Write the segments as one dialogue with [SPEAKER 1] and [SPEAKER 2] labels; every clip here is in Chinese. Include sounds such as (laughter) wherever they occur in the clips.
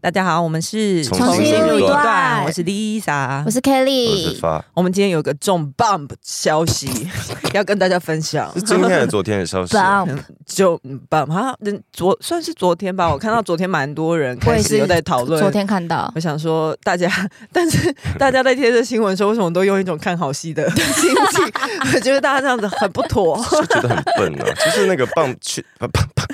[SPEAKER 1] 大家好，我们是
[SPEAKER 2] 重新录一
[SPEAKER 1] 段
[SPEAKER 3] 段
[SPEAKER 1] 我是 Lisa，
[SPEAKER 3] 我是
[SPEAKER 2] 我是
[SPEAKER 3] Kelly，
[SPEAKER 2] 发。
[SPEAKER 1] 我们今天有个重 bump 消息要跟大家分享
[SPEAKER 2] (laughs) 是，今天还是昨天的消息？啊
[SPEAKER 3] Bump
[SPEAKER 1] 就 bump 哈，嗯昨算是昨天吧，我看到昨天蛮多人
[SPEAKER 3] 我
[SPEAKER 1] 开
[SPEAKER 3] 也
[SPEAKER 1] 始
[SPEAKER 3] 是
[SPEAKER 1] 有在讨论，
[SPEAKER 3] 昨天看到
[SPEAKER 1] 我，想说，大家， (laughs) 但是大家在贴着新闻说，为什么都用一种看好
[SPEAKER 2] (laughs)
[SPEAKER 1] 戏的心情？我觉得大家这样子很不妥。
[SPEAKER 2] 就 (laughs) 觉得很笨啊，就是那个棒去棒棒棒，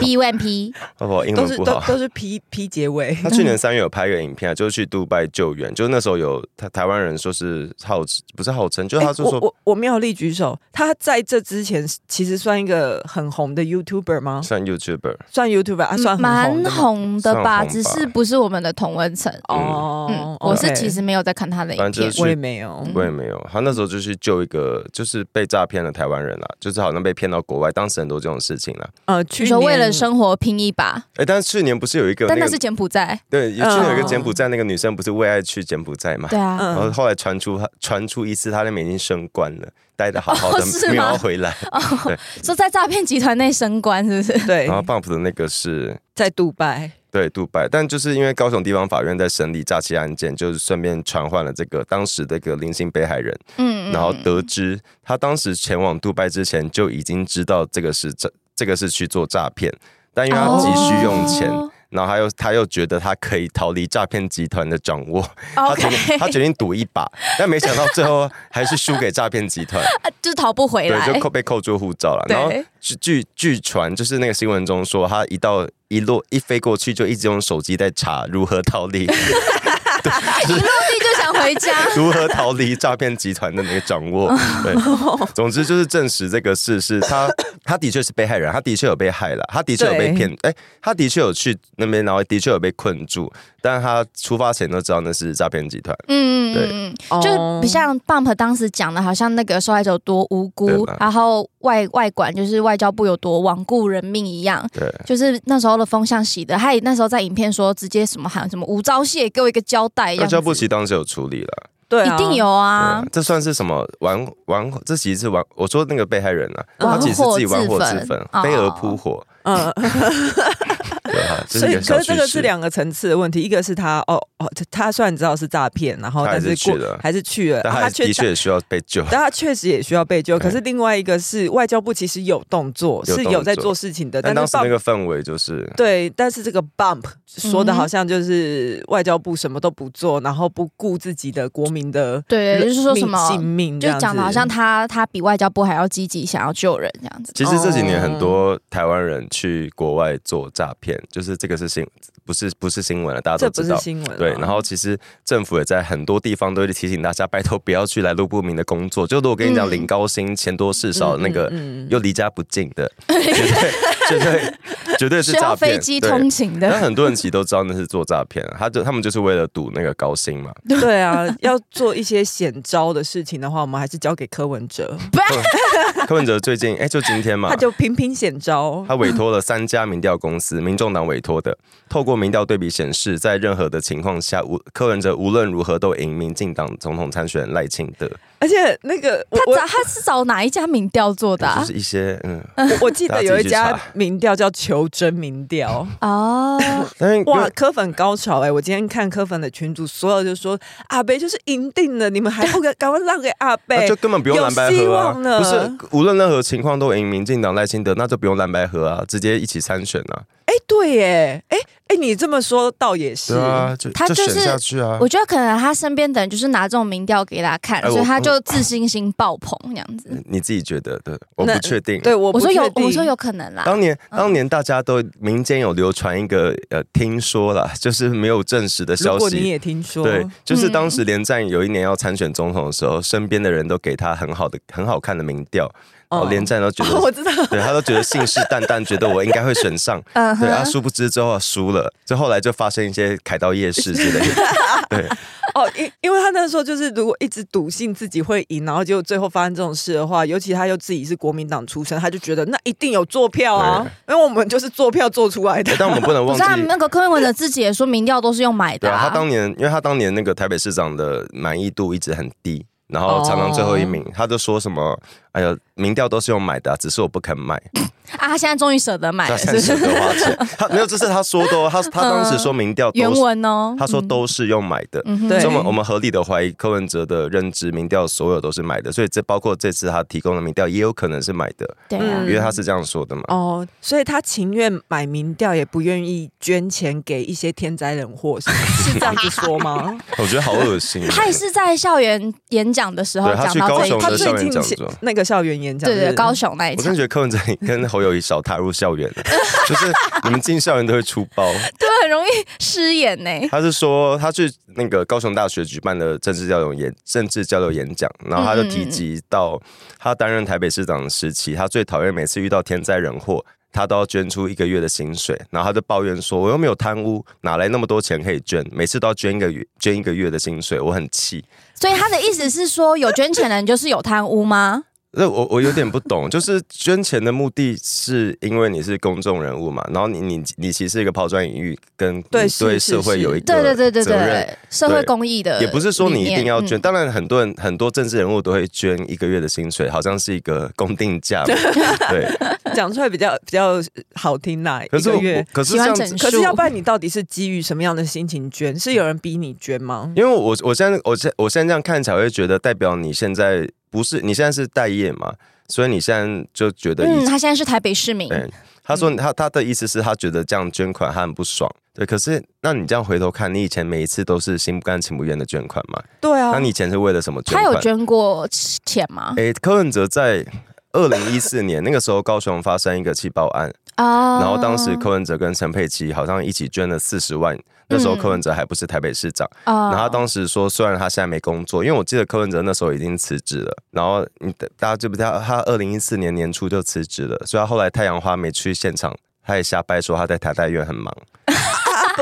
[SPEAKER 3] B One P，
[SPEAKER 2] 哦不，英
[SPEAKER 1] 都
[SPEAKER 2] 文
[SPEAKER 1] 是
[SPEAKER 2] 不
[SPEAKER 1] 都
[SPEAKER 2] 好。
[SPEAKER 1] 都是 P P 结尾，
[SPEAKER 2] 他去年三月有拍一个影片啊，就是去杜拜救援，就是那时候有台台湾人说是号不是号称，就是他
[SPEAKER 1] 欸
[SPEAKER 2] 就
[SPEAKER 1] 我
[SPEAKER 2] 说
[SPEAKER 1] 我我妙丽举手，他在这之前其实算一个很红的 YouTuber 吗？
[SPEAKER 2] 算 YouTuber，
[SPEAKER 1] 算 YouTuber (laughs) 啊，算
[SPEAKER 3] 蛮
[SPEAKER 1] 很红的吗
[SPEAKER 3] 红的
[SPEAKER 2] 算红
[SPEAKER 3] 吧，
[SPEAKER 2] 吧
[SPEAKER 3] 只是不是我们的同文层。嗯
[SPEAKER 1] 哦，。
[SPEAKER 3] 我是
[SPEAKER 1] OK
[SPEAKER 3] 其实没嗯有在看他的影
[SPEAKER 2] 反正
[SPEAKER 3] 片
[SPEAKER 2] 就，是
[SPEAKER 1] 我也没有，
[SPEAKER 2] 我也没有。他那时候就去救一个就是被诈骗的台湾人啦，就是好像被骗到国外，当时很多这种事情啦。
[SPEAKER 1] 呃，
[SPEAKER 3] 你
[SPEAKER 1] 去
[SPEAKER 3] 说
[SPEAKER 1] 年
[SPEAKER 3] 为了生活拼一把，
[SPEAKER 2] 哎，但是去年不是有一个
[SPEAKER 3] 但
[SPEAKER 2] 那
[SPEAKER 3] 那
[SPEAKER 2] 个
[SPEAKER 3] 是柬埔寨，
[SPEAKER 2] 对，去年有一个
[SPEAKER 1] 嗯
[SPEAKER 2] 柬埔寨那个女生不是为爱去柬埔寨嘛？
[SPEAKER 3] 对啊，
[SPEAKER 2] 然后
[SPEAKER 1] 嗯，
[SPEAKER 2] 后来传出她传出一次，她那边已经升官了，待的好好的
[SPEAKER 3] 哦，是吗
[SPEAKER 2] 没有要回来。
[SPEAKER 3] 说在诈骗集团内升官是不是？
[SPEAKER 1] 对
[SPEAKER 2] 然，后 Bump 的那个是
[SPEAKER 1] 在杜拜，
[SPEAKER 2] 对杜拜，但就是因为高雄地方法院在审理诈欺案件，就是顺便传唤了这个当时的一个林姓被害人，
[SPEAKER 3] 嗯，嗯
[SPEAKER 2] 然后得知他当时前往杜拜之前就已经知道这个是这这个是去做诈骗，但因为他急需用钱。
[SPEAKER 3] 哦
[SPEAKER 2] 然后他又他又觉得他可以逃离诈骗集团的掌握，他决定他
[SPEAKER 3] OK，
[SPEAKER 2] 决定赌一把，但没想到最后还是输给诈骗集
[SPEAKER 3] (laughs)
[SPEAKER 2] 团。
[SPEAKER 3] (laughs) 就是逃不回
[SPEAKER 2] 对，就
[SPEAKER 3] 来
[SPEAKER 2] 扣，被扣住护照了。
[SPEAKER 3] 对
[SPEAKER 2] 然后据据据传，就是那个新闻中说，他一到一落一飞过去，就一直用手机在查如何逃离，
[SPEAKER 3] 一落地就想回
[SPEAKER 2] (laughs)
[SPEAKER 3] 家。
[SPEAKER 2] 如何逃离诈骗集团的那个掌握。对，总之就是证实这个事是他，他的确是被害人，他的确有被害了，他的确有被骗，哎、他的确有去那边，然后的确有被困住，但是他出发前都知道那是诈骗集团。
[SPEAKER 3] 嗯嗯
[SPEAKER 2] 对
[SPEAKER 3] 嗯嗯，就
[SPEAKER 1] 哦
[SPEAKER 3] 不像 Bump 当时讲的，好像那个受害者有多无
[SPEAKER 2] 对
[SPEAKER 3] 辜
[SPEAKER 2] 吧，
[SPEAKER 3] 然后外外管就是外交部有多罔顾人命一样。
[SPEAKER 2] 对，
[SPEAKER 3] 就是那时候的风向洗的，他也那时候在影片说直接什么喊什么无招谢，给我一个交代。
[SPEAKER 2] 外交部其
[SPEAKER 3] 洗
[SPEAKER 2] 实当时有处理了。
[SPEAKER 1] 对啊，
[SPEAKER 3] 一定有啊
[SPEAKER 2] 对，这算是什么玩玩？这其实是玩，我说那个被害人啊，
[SPEAKER 1] 玩
[SPEAKER 2] 他其实是自己玩火
[SPEAKER 3] 哦火自
[SPEAKER 2] 自焚，
[SPEAKER 3] 焚
[SPEAKER 2] 飞蛾
[SPEAKER 3] 哦
[SPEAKER 2] 扑火，
[SPEAKER 1] 嗯，
[SPEAKER 2] (laughs) 对
[SPEAKER 1] (laughs)
[SPEAKER 2] 啊，这
[SPEAKER 1] 所
[SPEAKER 2] 是一
[SPEAKER 1] 以
[SPEAKER 2] 个
[SPEAKER 1] 可
[SPEAKER 2] 小
[SPEAKER 1] 是这
[SPEAKER 2] 趣
[SPEAKER 1] 个是
[SPEAKER 2] 事。
[SPEAKER 1] 两个层次的问题，一个是他哦哦，他虽然知道是诈骗，然后
[SPEAKER 2] 他还
[SPEAKER 1] 但
[SPEAKER 2] 是
[SPEAKER 1] 是过
[SPEAKER 2] 去了
[SPEAKER 1] 还是去了，
[SPEAKER 2] 但
[SPEAKER 1] 啊
[SPEAKER 2] 他
[SPEAKER 1] 却
[SPEAKER 2] 的确也需要被救。 (laughs)
[SPEAKER 1] 但他确实也需要被救。
[SPEAKER 2] 对
[SPEAKER 1] 可是另外一个是外交部其实有动作，
[SPEAKER 2] 有
[SPEAKER 1] 是
[SPEAKER 2] 动
[SPEAKER 1] 有在
[SPEAKER 2] 作
[SPEAKER 1] 做事情的，
[SPEAKER 2] 但
[SPEAKER 1] 但
[SPEAKER 2] 当
[SPEAKER 1] 是
[SPEAKER 2] 时
[SPEAKER 1] 报
[SPEAKER 2] 那个氛围就是，
[SPEAKER 1] 对，但是这个 bump 说的
[SPEAKER 3] 嗯哼
[SPEAKER 1] 好像就是外交部什么都不做，然后不顾自己的国民的
[SPEAKER 3] 对，就是说
[SPEAKER 1] 命
[SPEAKER 3] 什么，
[SPEAKER 1] 性命这
[SPEAKER 3] 就
[SPEAKER 1] 样子，
[SPEAKER 3] 讲的好像他他比外交部还要积极，想要救人这样子。
[SPEAKER 2] 其实这几年很
[SPEAKER 1] 哦
[SPEAKER 2] 多台湾人去国外做诈骗，就是这个是新，不是不是新闻了，大家
[SPEAKER 1] 这
[SPEAKER 2] 都
[SPEAKER 1] 不
[SPEAKER 2] 知
[SPEAKER 1] 是
[SPEAKER 2] 道。
[SPEAKER 1] 新闻啊，
[SPEAKER 2] 对，然后其实政府也在很多地方都会提醒大家，拜托不要去来路不明的工作。就如果跟你讲
[SPEAKER 3] 嗯
[SPEAKER 2] 领高薪、钱多事少，那个
[SPEAKER 1] 嗯嗯
[SPEAKER 2] 又离家不近的，绝对绝对绝对是
[SPEAKER 3] 需
[SPEAKER 2] 诈
[SPEAKER 3] 要
[SPEAKER 2] 骗。
[SPEAKER 3] 飞机
[SPEAKER 2] 对
[SPEAKER 3] 通
[SPEAKER 2] (laughs)
[SPEAKER 3] 勤
[SPEAKER 2] 但
[SPEAKER 3] 的，
[SPEAKER 2] 很多人其实都知道那是做诈骗啊，他就他们就是为了赌那个高薪嘛。
[SPEAKER 1] 嗯 (laughs) 对
[SPEAKER 2] (laughs)
[SPEAKER 1] 啊，要做一些险招的事情的话，我们还是交给柯文哲，
[SPEAKER 2] 柯文哲最近哎、就今天嘛
[SPEAKER 1] 他，就频频险招。
[SPEAKER 2] 他委托了三家民调公司，民众党委托的，透过民调对比显示，在任何的情况下，无柯文哲无论如何都赢民进党总统参选人赖清德，
[SPEAKER 1] 而且那个我
[SPEAKER 3] 他
[SPEAKER 1] 我
[SPEAKER 3] 找他是找哪一家民调做的啊
[SPEAKER 2] 就是？一些嗯，
[SPEAKER 1] 我我记得有一
[SPEAKER 2] 大家
[SPEAKER 1] 家
[SPEAKER 2] 自己去
[SPEAKER 1] 民调叫求真民
[SPEAKER 2] (laughs)
[SPEAKER 1] 调，
[SPEAKER 3] 哦，
[SPEAKER 2] 但是啊
[SPEAKER 1] 哇，柯粉高潮哎、我今天看柯粉的群组，所有就说阿贝就是赢定了，你们还不赶赶快让给阿哎
[SPEAKER 2] 那
[SPEAKER 1] 贝
[SPEAKER 2] 就？根本不用蓝
[SPEAKER 1] 有
[SPEAKER 2] 白
[SPEAKER 1] 希
[SPEAKER 2] 合啊，
[SPEAKER 1] 望了
[SPEAKER 2] 不是无论任何情况都赢民进党赖清德，那就不用蓝白合啊，直接一起参选啊，
[SPEAKER 1] 哎、对耶，哎、哎、你这么说倒也是，
[SPEAKER 2] 对啊，就
[SPEAKER 3] 他
[SPEAKER 2] 就
[SPEAKER 3] 就
[SPEAKER 2] 选
[SPEAKER 3] 是
[SPEAKER 2] 下去啊，
[SPEAKER 3] 我觉得可能他身边的人就是拿这种民调给他看，
[SPEAKER 2] 哎我
[SPEAKER 3] 所以他就自信心爆棚这样子。
[SPEAKER 2] 你自己觉得对，我
[SPEAKER 1] 那
[SPEAKER 2] 不确定，啊
[SPEAKER 1] 对我
[SPEAKER 3] 我
[SPEAKER 1] 不
[SPEAKER 3] 说有
[SPEAKER 1] 确，定
[SPEAKER 3] 我说有可能啦。
[SPEAKER 2] 当年，
[SPEAKER 3] 嗯
[SPEAKER 2] 当年大家都民间有流传一个呃，听说啦， (laughs) 就是没有证实的消
[SPEAKER 1] 如果你
[SPEAKER 2] 息。
[SPEAKER 1] 也听说，
[SPEAKER 2] 对，就是当时连战有一年要参选总统的时候，身边的人都给他很好的、很好看的民调，然后连战都觉
[SPEAKER 1] 哦， (laughs)
[SPEAKER 2] 得，
[SPEAKER 1] 我知
[SPEAKER 2] (laughs)
[SPEAKER 1] 道，
[SPEAKER 2] 对他都觉得信誓旦旦，觉得我应该会选上。
[SPEAKER 3] 嗯哼
[SPEAKER 2] 对，啊，殊不知之后啊输了，就后来就发生一些凯道夜市之类的。
[SPEAKER 1] 哦，因因为他那时候就是如果一直笃信自己会赢，然后结果最后发生这种事的话，尤其他又自己是国民党出身，他就觉得那一定有做票啊，因为我们就是做票做出来的。
[SPEAKER 2] 但我们不能
[SPEAKER 3] 不
[SPEAKER 2] 忘
[SPEAKER 3] 是啊，
[SPEAKER 2] 记，
[SPEAKER 3] 那个柯文哲自己也说民调都是用买
[SPEAKER 2] 对
[SPEAKER 3] 的
[SPEAKER 2] 啊，
[SPEAKER 3] 啊。
[SPEAKER 2] 他当年，因为他当年那个台北市长的满意度一直很低，然后常常最后一名，
[SPEAKER 3] 哦
[SPEAKER 2] 他就说什么：“哎呀，民调都是用买的啊、只是我不肯买。
[SPEAKER 3] 啊，他现在终于舍得”买
[SPEAKER 2] 他
[SPEAKER 3] 了，
[SPEAKER 2] 现在
[SPEAKER 3] 是不
[SPEAKER 2] 舍
[SPEAKER 3] 是？
[SPEAKER 2] 得花
[SPEAKER 3] (laughs)
[SPEAKER 2] 钱，他没有，这是他说的哦。他他当时说民调
[SPEAKER 3] 嗯原
[SPEAKER 2] 都是，
[SPEAKER 3] 文哦，
[SPEAKER 2] 他说都是用买的，
[SPEAKER 3] 嗯哼，
[SPEAKER 1] 对
[SPEAKER 2] 所以我们我们合理的怀疑柯文哲的认知，民调所有都是买的，所以这包括这次他提供的民调也有可能是买的，
[SPEAKER 3] 对啊
[SPEAKER 2] 因为他是这样说的嘛。
[SPEAKER 1] 哦，所以他情愿买民调，也不愿意捐钱给一些天灾人祸，是是这样子说吗？
[SPEAKER 2] 我觉得好恶心哦。
[SPEAKER 3] 他也是在校园演讲的时候
[SPEAKER 2] 对他
[SPEAKER 3] 讲
[SPEAKER 2] 去 (laughs)
[SPEAKER 3] 到
[SPEAKER 2] 高
[SPEAKER 3] 这
[SPEAKER 2] 雄
[SPEAKER 3] 一
[SPEAKER 1] 他
[SPEAKER 2] 的
[SPEAKER 3] 题，
[SPEAKER 1] 最
[SPEAKER 2] 校园
[SPEAKER 1] 近
[SPEAKER 2] 讲
[SPEAKER 1] 前
[SPEAKER 2] 座
[SPEAKER 1] 那个校园演讲，
[SPEAKER 3] 对对，
[SPEAKER 1] 是
[SPEAKER 3] 对高雄那一
[SPEAKER 2] 我真的，
[SPEAKER 3] 场
[SPEAKER 2] 觉得柯文哲你跟侯友谊少踏入校园
[SPEAKER 3] (laughs)
[SPEAKER 2] 了，就是你们进校园都会出包。
[SPEAKER 3] 对，很容易失言呢。
[SPEAKER 2] 他是说他去那个高雄大学举办的政治交流演政治交流演讲，然后他就
[SPEAKER 3] 嗯
[SPEAKER 2] 提及到他担任台北市长的时期，他最讨厌每次遇到天灾人祸。他都要捐出一个月的薪水，然后他就抱怨说：“我又没有贪污，哪来那么多钱可以捐？每次都要捐一个月，捐一个月的薪水，我很气。
[SPEAKER 3] 所以他的意思是说，有捐钱的人就是有贪
[SPEAKER 2] (laughs)
[SPEAKER 3] 污吗？
[SPEAKER 2] 那我我有点不懂，就是捐钱的目的是因为你是公众人物嘛，然后你你你其实是一个抛砖引玉，跟你
[SPEAKER 1] 对
[SPEAKER 2] 对
[SPEAKER 1] 是是
[SPEAKER 2] 社会
[SPEAKER 1] 是
[SPEAKER 2] 有一个
[SPEAKER 3] 对对对对
[SPEAKER 2] 责任
[SPEAKER 3] 对，社会公益的
[SPEAKER 2] 也不是说你一定要
[SPEAKER 3] 理
[SPEAKER 2] 捐，
[SPEAKER 3] 念，嗯
[SPEAKER 2] 当然很多人很多政治人物都会捐一个月的薪水，好像是一个公定价
[SPEAKER 3] (laughs)
[SPEAKER 2] 嘛。对，
[SPEAKER 1] 讲出来比较比较好听啦。
[SPEAKER 2] 可
[SPEAKER 1] 一
[SPEAKER 2] 是
[SPEAKER 1] 个
[SPEAKER 2] 我
[SPEAKER 1] 月
[SPEAKER 2] 我，可是
[SPEAKER 3] 喜
[SPEAKER 2] 这
[SPEAKER 3] 欢
[SPEAKER 2] 样
[SPEAKER 3] 整
[SPEAKER 2] 子，
[SPEAKER 1] 可是
[SPEAKER 3] 数
[SPEAKER 1] 要不然你到底是基于什么样的心情捐？是有人逼你捐吗？
[SPEAKER 2] 因为我我现在我现我现在这样看起来，会觉得代表你现在不是你现在是待业嘛，所以你现在就觉得
[SPEAKER 3] 嗯，
[SPEAKER 2] 已
[SPEAKER 3] 他现在是台北市民，
[SPEAKER 2] 对，他说他他的意思是他觉得这样捐款他很不爽。对，可是那你这样回头看，你以前每一次都是心不甘情不愿的捐款嘛？
[SPEAKER 1] 对啊
[SPEAKER 2] 那，你以前是为了什么捐
[SPEAKER 3] 哦他
[SPEAKER 2] 款？哎
[SPEAKER 3] 有捐过钱吗？
[SPEAKER 2] 诶，柯文哲在二零一四年那个时候，高雄发生一个气爆案，
[SPEAKER 3] 啊
[SPEAKER 2] 然后当时柯文哲跟陈佩琪好像一起捐了四十万。那时候
[SPEAKER 3] 嗯
[SPEAKER 2] 柯文哲还不是台北市长，
[SPEAKER 3] 啊
[SPEAKER 2] 然
[SPEAKER 3] (laughs)
[SPEAKER 2] 后他当时说，虽然他现在没工作，因为我记得柯文哲那时候已经辞职了，然后你大家记不记得他二零一四年年初就辞职了，所以他后来太阳花没去现场，他也瞎掰说他在台大医院很忙， (laughs)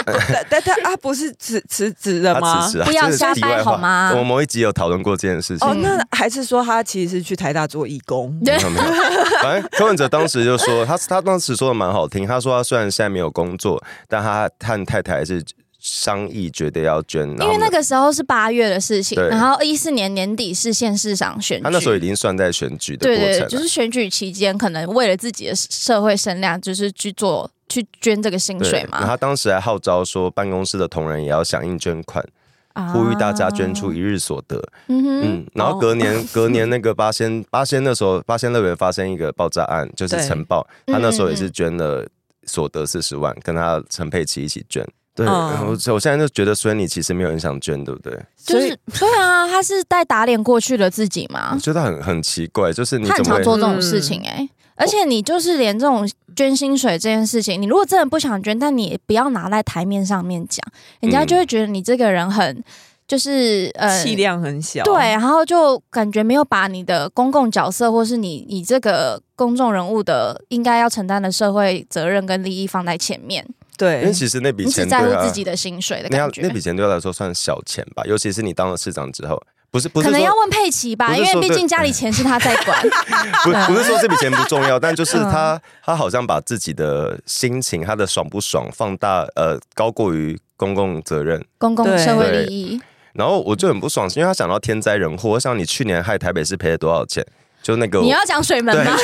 [SPEAKER 1] 但但他啊不是辞辞职了
[SPEAKER 2] 他
[SPEAKER 1] 吗
[SPEAKER 2] 辞？职啊，
[SPEAKER 3] 不要
[SPEAKER 2] 这是
[SPEAKER 3] 瞎
[SPEAKER 2] 题
[SPEAKER 3] 掰
[SPEAKER 2] 外
[SPEAKER 3] 好
[SPEAKER 2] 话
[SPEAKER 3] 吗
[SPEAKER 2] 我某一集有讨论过这件事情
[SPEAKER 1] 哦，。那还是说他其实是去台大做义工？
[SPEAKER 3] 嗯对
[SPEAKER 2] 没
[SPEAKER 3] (laughs)
[SPEAKER 2] 有没有，反正柯文哲当时就说，他他当时说的蛮好听，他说他虽然现在没有工作，但他和太太还是商议觉得要捐，然
[SPEAKER 3] 因
[SPEAKER 2] 后
[SPEAKER 3] 为那个时候是八月的事情，
[SPEAKER 2] 对
[SPEAKER 3] 然后一四年年底是县市长选举，
[SPEAKER 2] 他那时候已经算在选举的
[SPEAKER 3] 对
[SPEAKER 2] 过
[SPEAKER 3] 对
[SPEAKER 2] 程
[SPEAKER 3] 对，
[SPEAKER 2] 了，
[SPEAKER 3] 就是选举期间，可能为了自己的社会声量，就是去做去捐这个薪
[SPEAKER 2] 对
[SPEAKER 3] 水
[SPEAKER 2] 然后
[SPEAKER 3] 嘛，
[SPEAKER 2] 他当时还号召说，办公室的同仁也要响应捐款，
[SPEAKER 3] 啊
[SPEAKER 2] 呼吁大家捐出，一日所得。
[SPEAKER 3] 嗯哦哼，
[SPEAKER 2] 嗯，然后隔年、隔年那个八仙 (laughs) 八仙那时候八仙乐园发生一个爆炸案，就是
[SPEAKER 1] 对
[SPEAKER 2] 晨爆，他那时候也
[SPEAKER 3] 嗯嗯
[SPEAKER 2] 是捐了所得四十万，跟他陈佩琪一起捐。对，
[SPEAKER 1] 嗯
[SPEAKER 3] 哦
[SPEAKER 2] 我我现在就觉得，所以你其实没有人想捐，对不对？
[SPEAKER 3] 就
[SPEAKER 1] 所以
[SPEAKER 3] 是对啊，他是在打脸过去的自己嘛
[SPEAKER 2] 我，觉得很很奇怪，就是你
[SPEAKER 3] 啊他很
[SPEAKER 2] 怎么
[SPEAKER 3] 常
[SPEAKER 2] 会
[SPEAKER 3] 做这种
[SPEAKER 1] 嗯
[SPEAKER 3] 事情哎、而且你就是连这种捐薪水这件事情，你如果真的不想捐，但你也不要拿在台面上面讲，人家
[SPEAKER 2] 嗯
[SPEAKER 3] 就会觉得你这个人很就是呃
[SPEAKER 1] 气量很小，
[SPEAKER 3] 对，然后就感觉没有把你的公共角色，或是你你这个公众人物的应该要承担的社会责任跟利益放在前面，
[SPEAKER 1] 对，
[SPEAKER 2] 因为其实那笔
[SPEAKER 3] 你只
[SPEAKER 2] 钱
[SPEAKER 3] 在
[SPEAKER 2] 对
[SPEAKER 3] 乎
[SPEAKER 2] 啊
[SPEAKER 3] 自，己的薪水的
[SPEAKER 2] 那
[SPEAKER 3] 感
[SPEAKER 2] 样
[SPEAKER 3] 觉。
[SPEAKER 2] 那笔钱对他来说算小钱吧，尤其是你当了市长之后，不是不是
[SPEAKER 3] 可能
[SPEAKER 2] 说
[SPEAKER 3] 要问佩奇吧，
[SPEAKER 2] 不是
[SPEAKER 3] 因为
[SPEAKER 2] 说
[SPEAKER 3] 毕
[SPEAKER 2] 对
[SPEAKER 3] 竟家里钱是他在管。
[SPEAKER 2] (laughs) 不
[SPEAKER 3] (laughs)
[SPEAKER 2] 不是说这笔钱不重要，但就是
[SPEAKER 3] 嗯
[SPEAKER 2] 他他好像把自己的心情、他的爽不爽放大，呃，高过于公共责任。
[SPEAKER 3] 公共
[SPEAKER 1] 对
[SPEAKER 3] 社会利益，
[SPEAKER 2] 然后我就很不爽，是因为他想到天灾人祸，我想你去年害台北市赔了多少钱？就那个
[SPEAKER 3] 你要讲水门吗？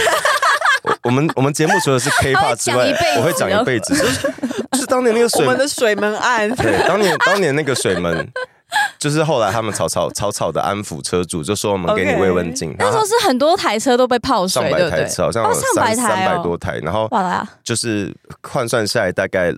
[SPEAKER 2] 我我们我们节目除了是 K-pop 之外
[SPEAKER 3] (laughs) 他会讲一辈，子
[SPEAKER 2] 我会讲一辈子，就是就是当年那个
[SPEAKER 1] 我
[SPEAKER 2] 水
[SPEAKER 1] 们的水门案，
[SPEAKER 2] (laughs) 对，当年当年那个水门，就是后来他们草草草草的安抚车主，就说我们给你
[SPEAKER 1] OK
[SPEAKER 2] 慰问金
[SPEAKER 3] 那
[SPEAKER 2] 然
[SPEAKER 3] 时
[SPEAKER 2] 后
[SPEAKER 3] 候
[SPEAKER 2] 他
[SPEAKER 3] 是很多台车都被泡水
[SPEAKER 2] 上，
[SPEAKER 3] 对
[SPEAKER 2] 百
[SPEAKER 3] 不
[SPEAKER 2] 台
[SPEAKER 3] 对？
[SPEAKER 2] 车，好像有
[SPEAKER 3] 哦，上百
[SPEAKER 2] 三三
[SPEAKER 3] 台
[SPEAKER 2] 百
[SPEAKER 3] 哦
[SPEAKER 2] 多，台，然后
[SPEAKER 3] 哇啦！
[SPEAKER 2] 就是换算下来大概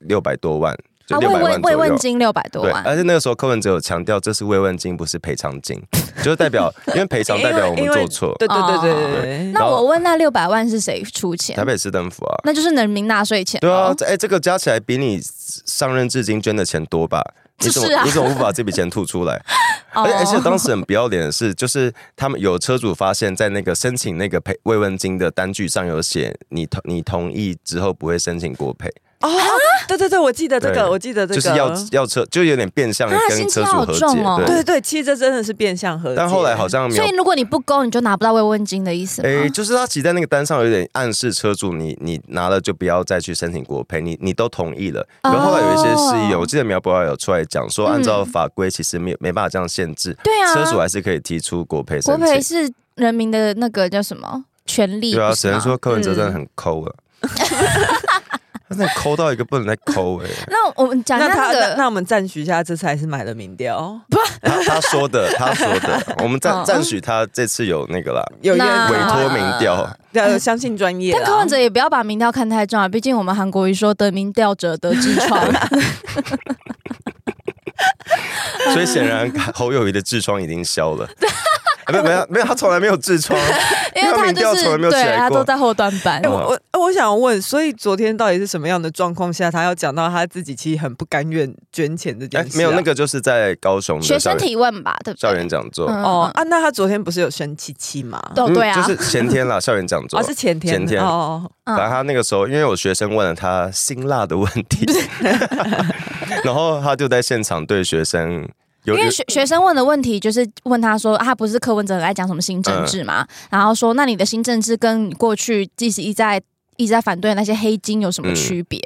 [SPEAKER 2] 六百多万，就
[SPEAKER 3] 啊，
[SPEAKER 2] 六
[SPEAKER 3] 慰
[SPEAKER 2] 百
[SPEAKER 3] 问
[SPEAKER 2] 万左
[SPEAKER 3] 慰
[SPEAKER 2] 右
[SPEAKER 3] 问。金六百多
[SPEAKER 2] 对，哎
[SPEAKER 3] 万，
[SPEAKER 2] 而且那个时候柯文哲有强调，这是慰问金，不是赔偿
[SPEAKER 3] (laughs)
[SPEAKER 2] 金，就是代表，因为赔偿代表我们
[SPEAKER 1] 因为
[SPEAKER 2] 做错。
[SPEAKER 1] 对对对对对
[SPEAKER 3] 哦
[SPEAKER 1] 对对。
[SPEAKER 3] 那我问那六百万是谁出钱
[SPEAKER 2] 台？北市政府啊，
[SPEAKER 3] 那就是人民纳税钱
[SPEAKER 2] 对啊
[SPEAKER 3] 咯，，
[SPEAKER 2] 这哎、这个加起来比你上任至今捐的钱多吧？你怎么、
[SPEAKER 3] 就是啊
[SPEAKER 2] 你怎么不把这笔钱吐出来？
[SPEAKER 3] (laughs) 哦
[SPEAKER 2] 而且而且当时很不要脸的是，就是他们有车主发现，在那个申请那个赔慰问金的单据上有写，你同你同意之后不会申请国赔，
[SPEAKER 1] 哦，
[SPEAKER 3] 啊
[SPEAKER 1] 对对对，我记得这
[SPEAKER 2] 对
[SPEAKER 1] 个，我记得这
[SPEAKER 2] 就
[SPEAKER 1] 个，
[SPEAKER 2] 是要要车，就有点变相的
[SPEAKER 3] 啊
[SPEAKER 2] 跟
[SPEAKER 3] 心
[SPEAKER 2] 车
[SPEAKER 3] 机
[SPEAKER 2] 主
[SPEAKER 3] 好
[SPEAKER 2] 和解，
[SPEAKER 3] 重哦
[SPEAKER 2] 对。
[SPEAKER 1] 对对，其实这真的是变相和解。
[SPEAKER 2] 但后来好像没有
[SPEAKER 3] 所以如果你不勾，你就拿不到慰问金的意思吗？
[SPEAKER 2] 诶，就是他骑在那个单上有点暗示车主你，你拿了就不要再去申请国赔，你你都同意了。然后后来有一些市议员，
[SPEAKER 3] 哦
[SPEAKER 2] 我记得苗博雅有出来讲说，
[SPEAKER 3] 嗯
[SPEAKER 2] 按照法规其实没有没办法这样限制，
[SPEAKER 3] 对啊，
[SPEAKER 2] 车主还是可以提出国赔
[SPEAKER 3] 国
[SPEAKER 2] 申
[SPEAKER 3] 赔
[SPEAKER 2] 请。
[SPEAKER 3] 是人民的那个叫什么权利？
[SPEAKER 2] 对啊，
[SPEAKER 3] 不是
[SPEAKER 2] 只能
[SPEAKER 3] 吗嗯
[SPEAKER 2] 说柯文哲真的很抠了，他真的抠到一个不能再抠哎、
[SPEAKER 3] 那我们讲一下
[SPEAKER 1] 那
[SPEAKER 3] 那
[SPEAKER 1] 他那
[SPEAKER 3] 个
[SPEAKER 1] 那我们赞许一下，这次还是买了民调，
[SPEAKER 2] 他他说的，他说的，我们
[SPEAKER 3] 哦嗯
[SPEAKER 2] 赞赞许他这次有那个啦，
[SPEAKER 1] 有一
[SPEAKER 3] 那
[SPEAKER 2] 委托民调。
[SPEAKER 1] 要相信专业啦。
[SPEAKER 3] 但柯文哲也不要把民调看太重啊，毕竟我们韩国瑜说得民调者得啊痔疮。
[SPEAKER 2] (laughs) 所以显然侯友谊的痔疮已经消
[SPEAKER 3] (laughs)
[SPEAKER 2] 了。啊没有没有没有，他从来没有痔疮，
[SPEAKER 3] (laughs) 因为他
[SPEAKER 2] 民
[SPEAKER 3] 就
[SPEAKER 2] 调
[SPEAKER 3] 是
[SPEAKER 2] 从来没有起
[SPEAKER 3] 对，
[SPEAKER 2] 来
[SPEAKER 3] 他
[SPEAKER 2] 过
[SPEAKER 3] 都。在后段班
[SPEAKER 1] 哎、。我
[SPEAKER 2] 嗯
[SPEAKER 1] 我我想问，所以昨天到底是什么样的状况下，他要讲到他自己其实很不甘愿捐钱这件
[SPEAKER 2] 哎
[SPEAKER 1] 事、，啊
[SPEAKER 2] 没有那。个就是在高雄的
[SPEAKER 3] 学
[SPEAKER 2] 校
[SPEAKER 3] 生
[SPEAKER 2] 园
[SPEAKER 3] 提问吧，对不
[SPEAKER 2] 校
[SPEAKER 3] 对
[SPEAKER 2] 园？讲座，嗯
[SPEAKER 3] 嗯
[SPEAKER 1] 哦啊，那他昨天不是有生气气吗？
[SPEAKER 3] 哦，对啊，
[SPEAKER 2] 就是前天
[SPEAKER 3] (laughs)
[SPEAKER 2] 啦，校园讲座
[SPEAKER 1] 哦，。是前天。
[SPEAKER 2] 前天
[SPEAKER 1] 哦，
[SPEAKER 3] 嗯
[SPEAKER 2] 反正他那个时候，因为有学生问了他辛辣的问
[SPEAKER 3] (laughs)
[SPEAKER 2] 题， (laughs) 然后他就在现场对学生有
[SPEAKER 3] 因为
[SPEAKER 2] 有
[SPEAKER 3] 学学生问的问题就是问他说，啊他不是柯文哲来讲什么新政治
[SPEAKER 2] 嗯
[SPEAKER 3] 嘛，然后说那你的新政治跟你过去即使一再一直在反对的那些黑金有什
[SPEAKER 2] 嗯
[SPEAKER 3] 么区别？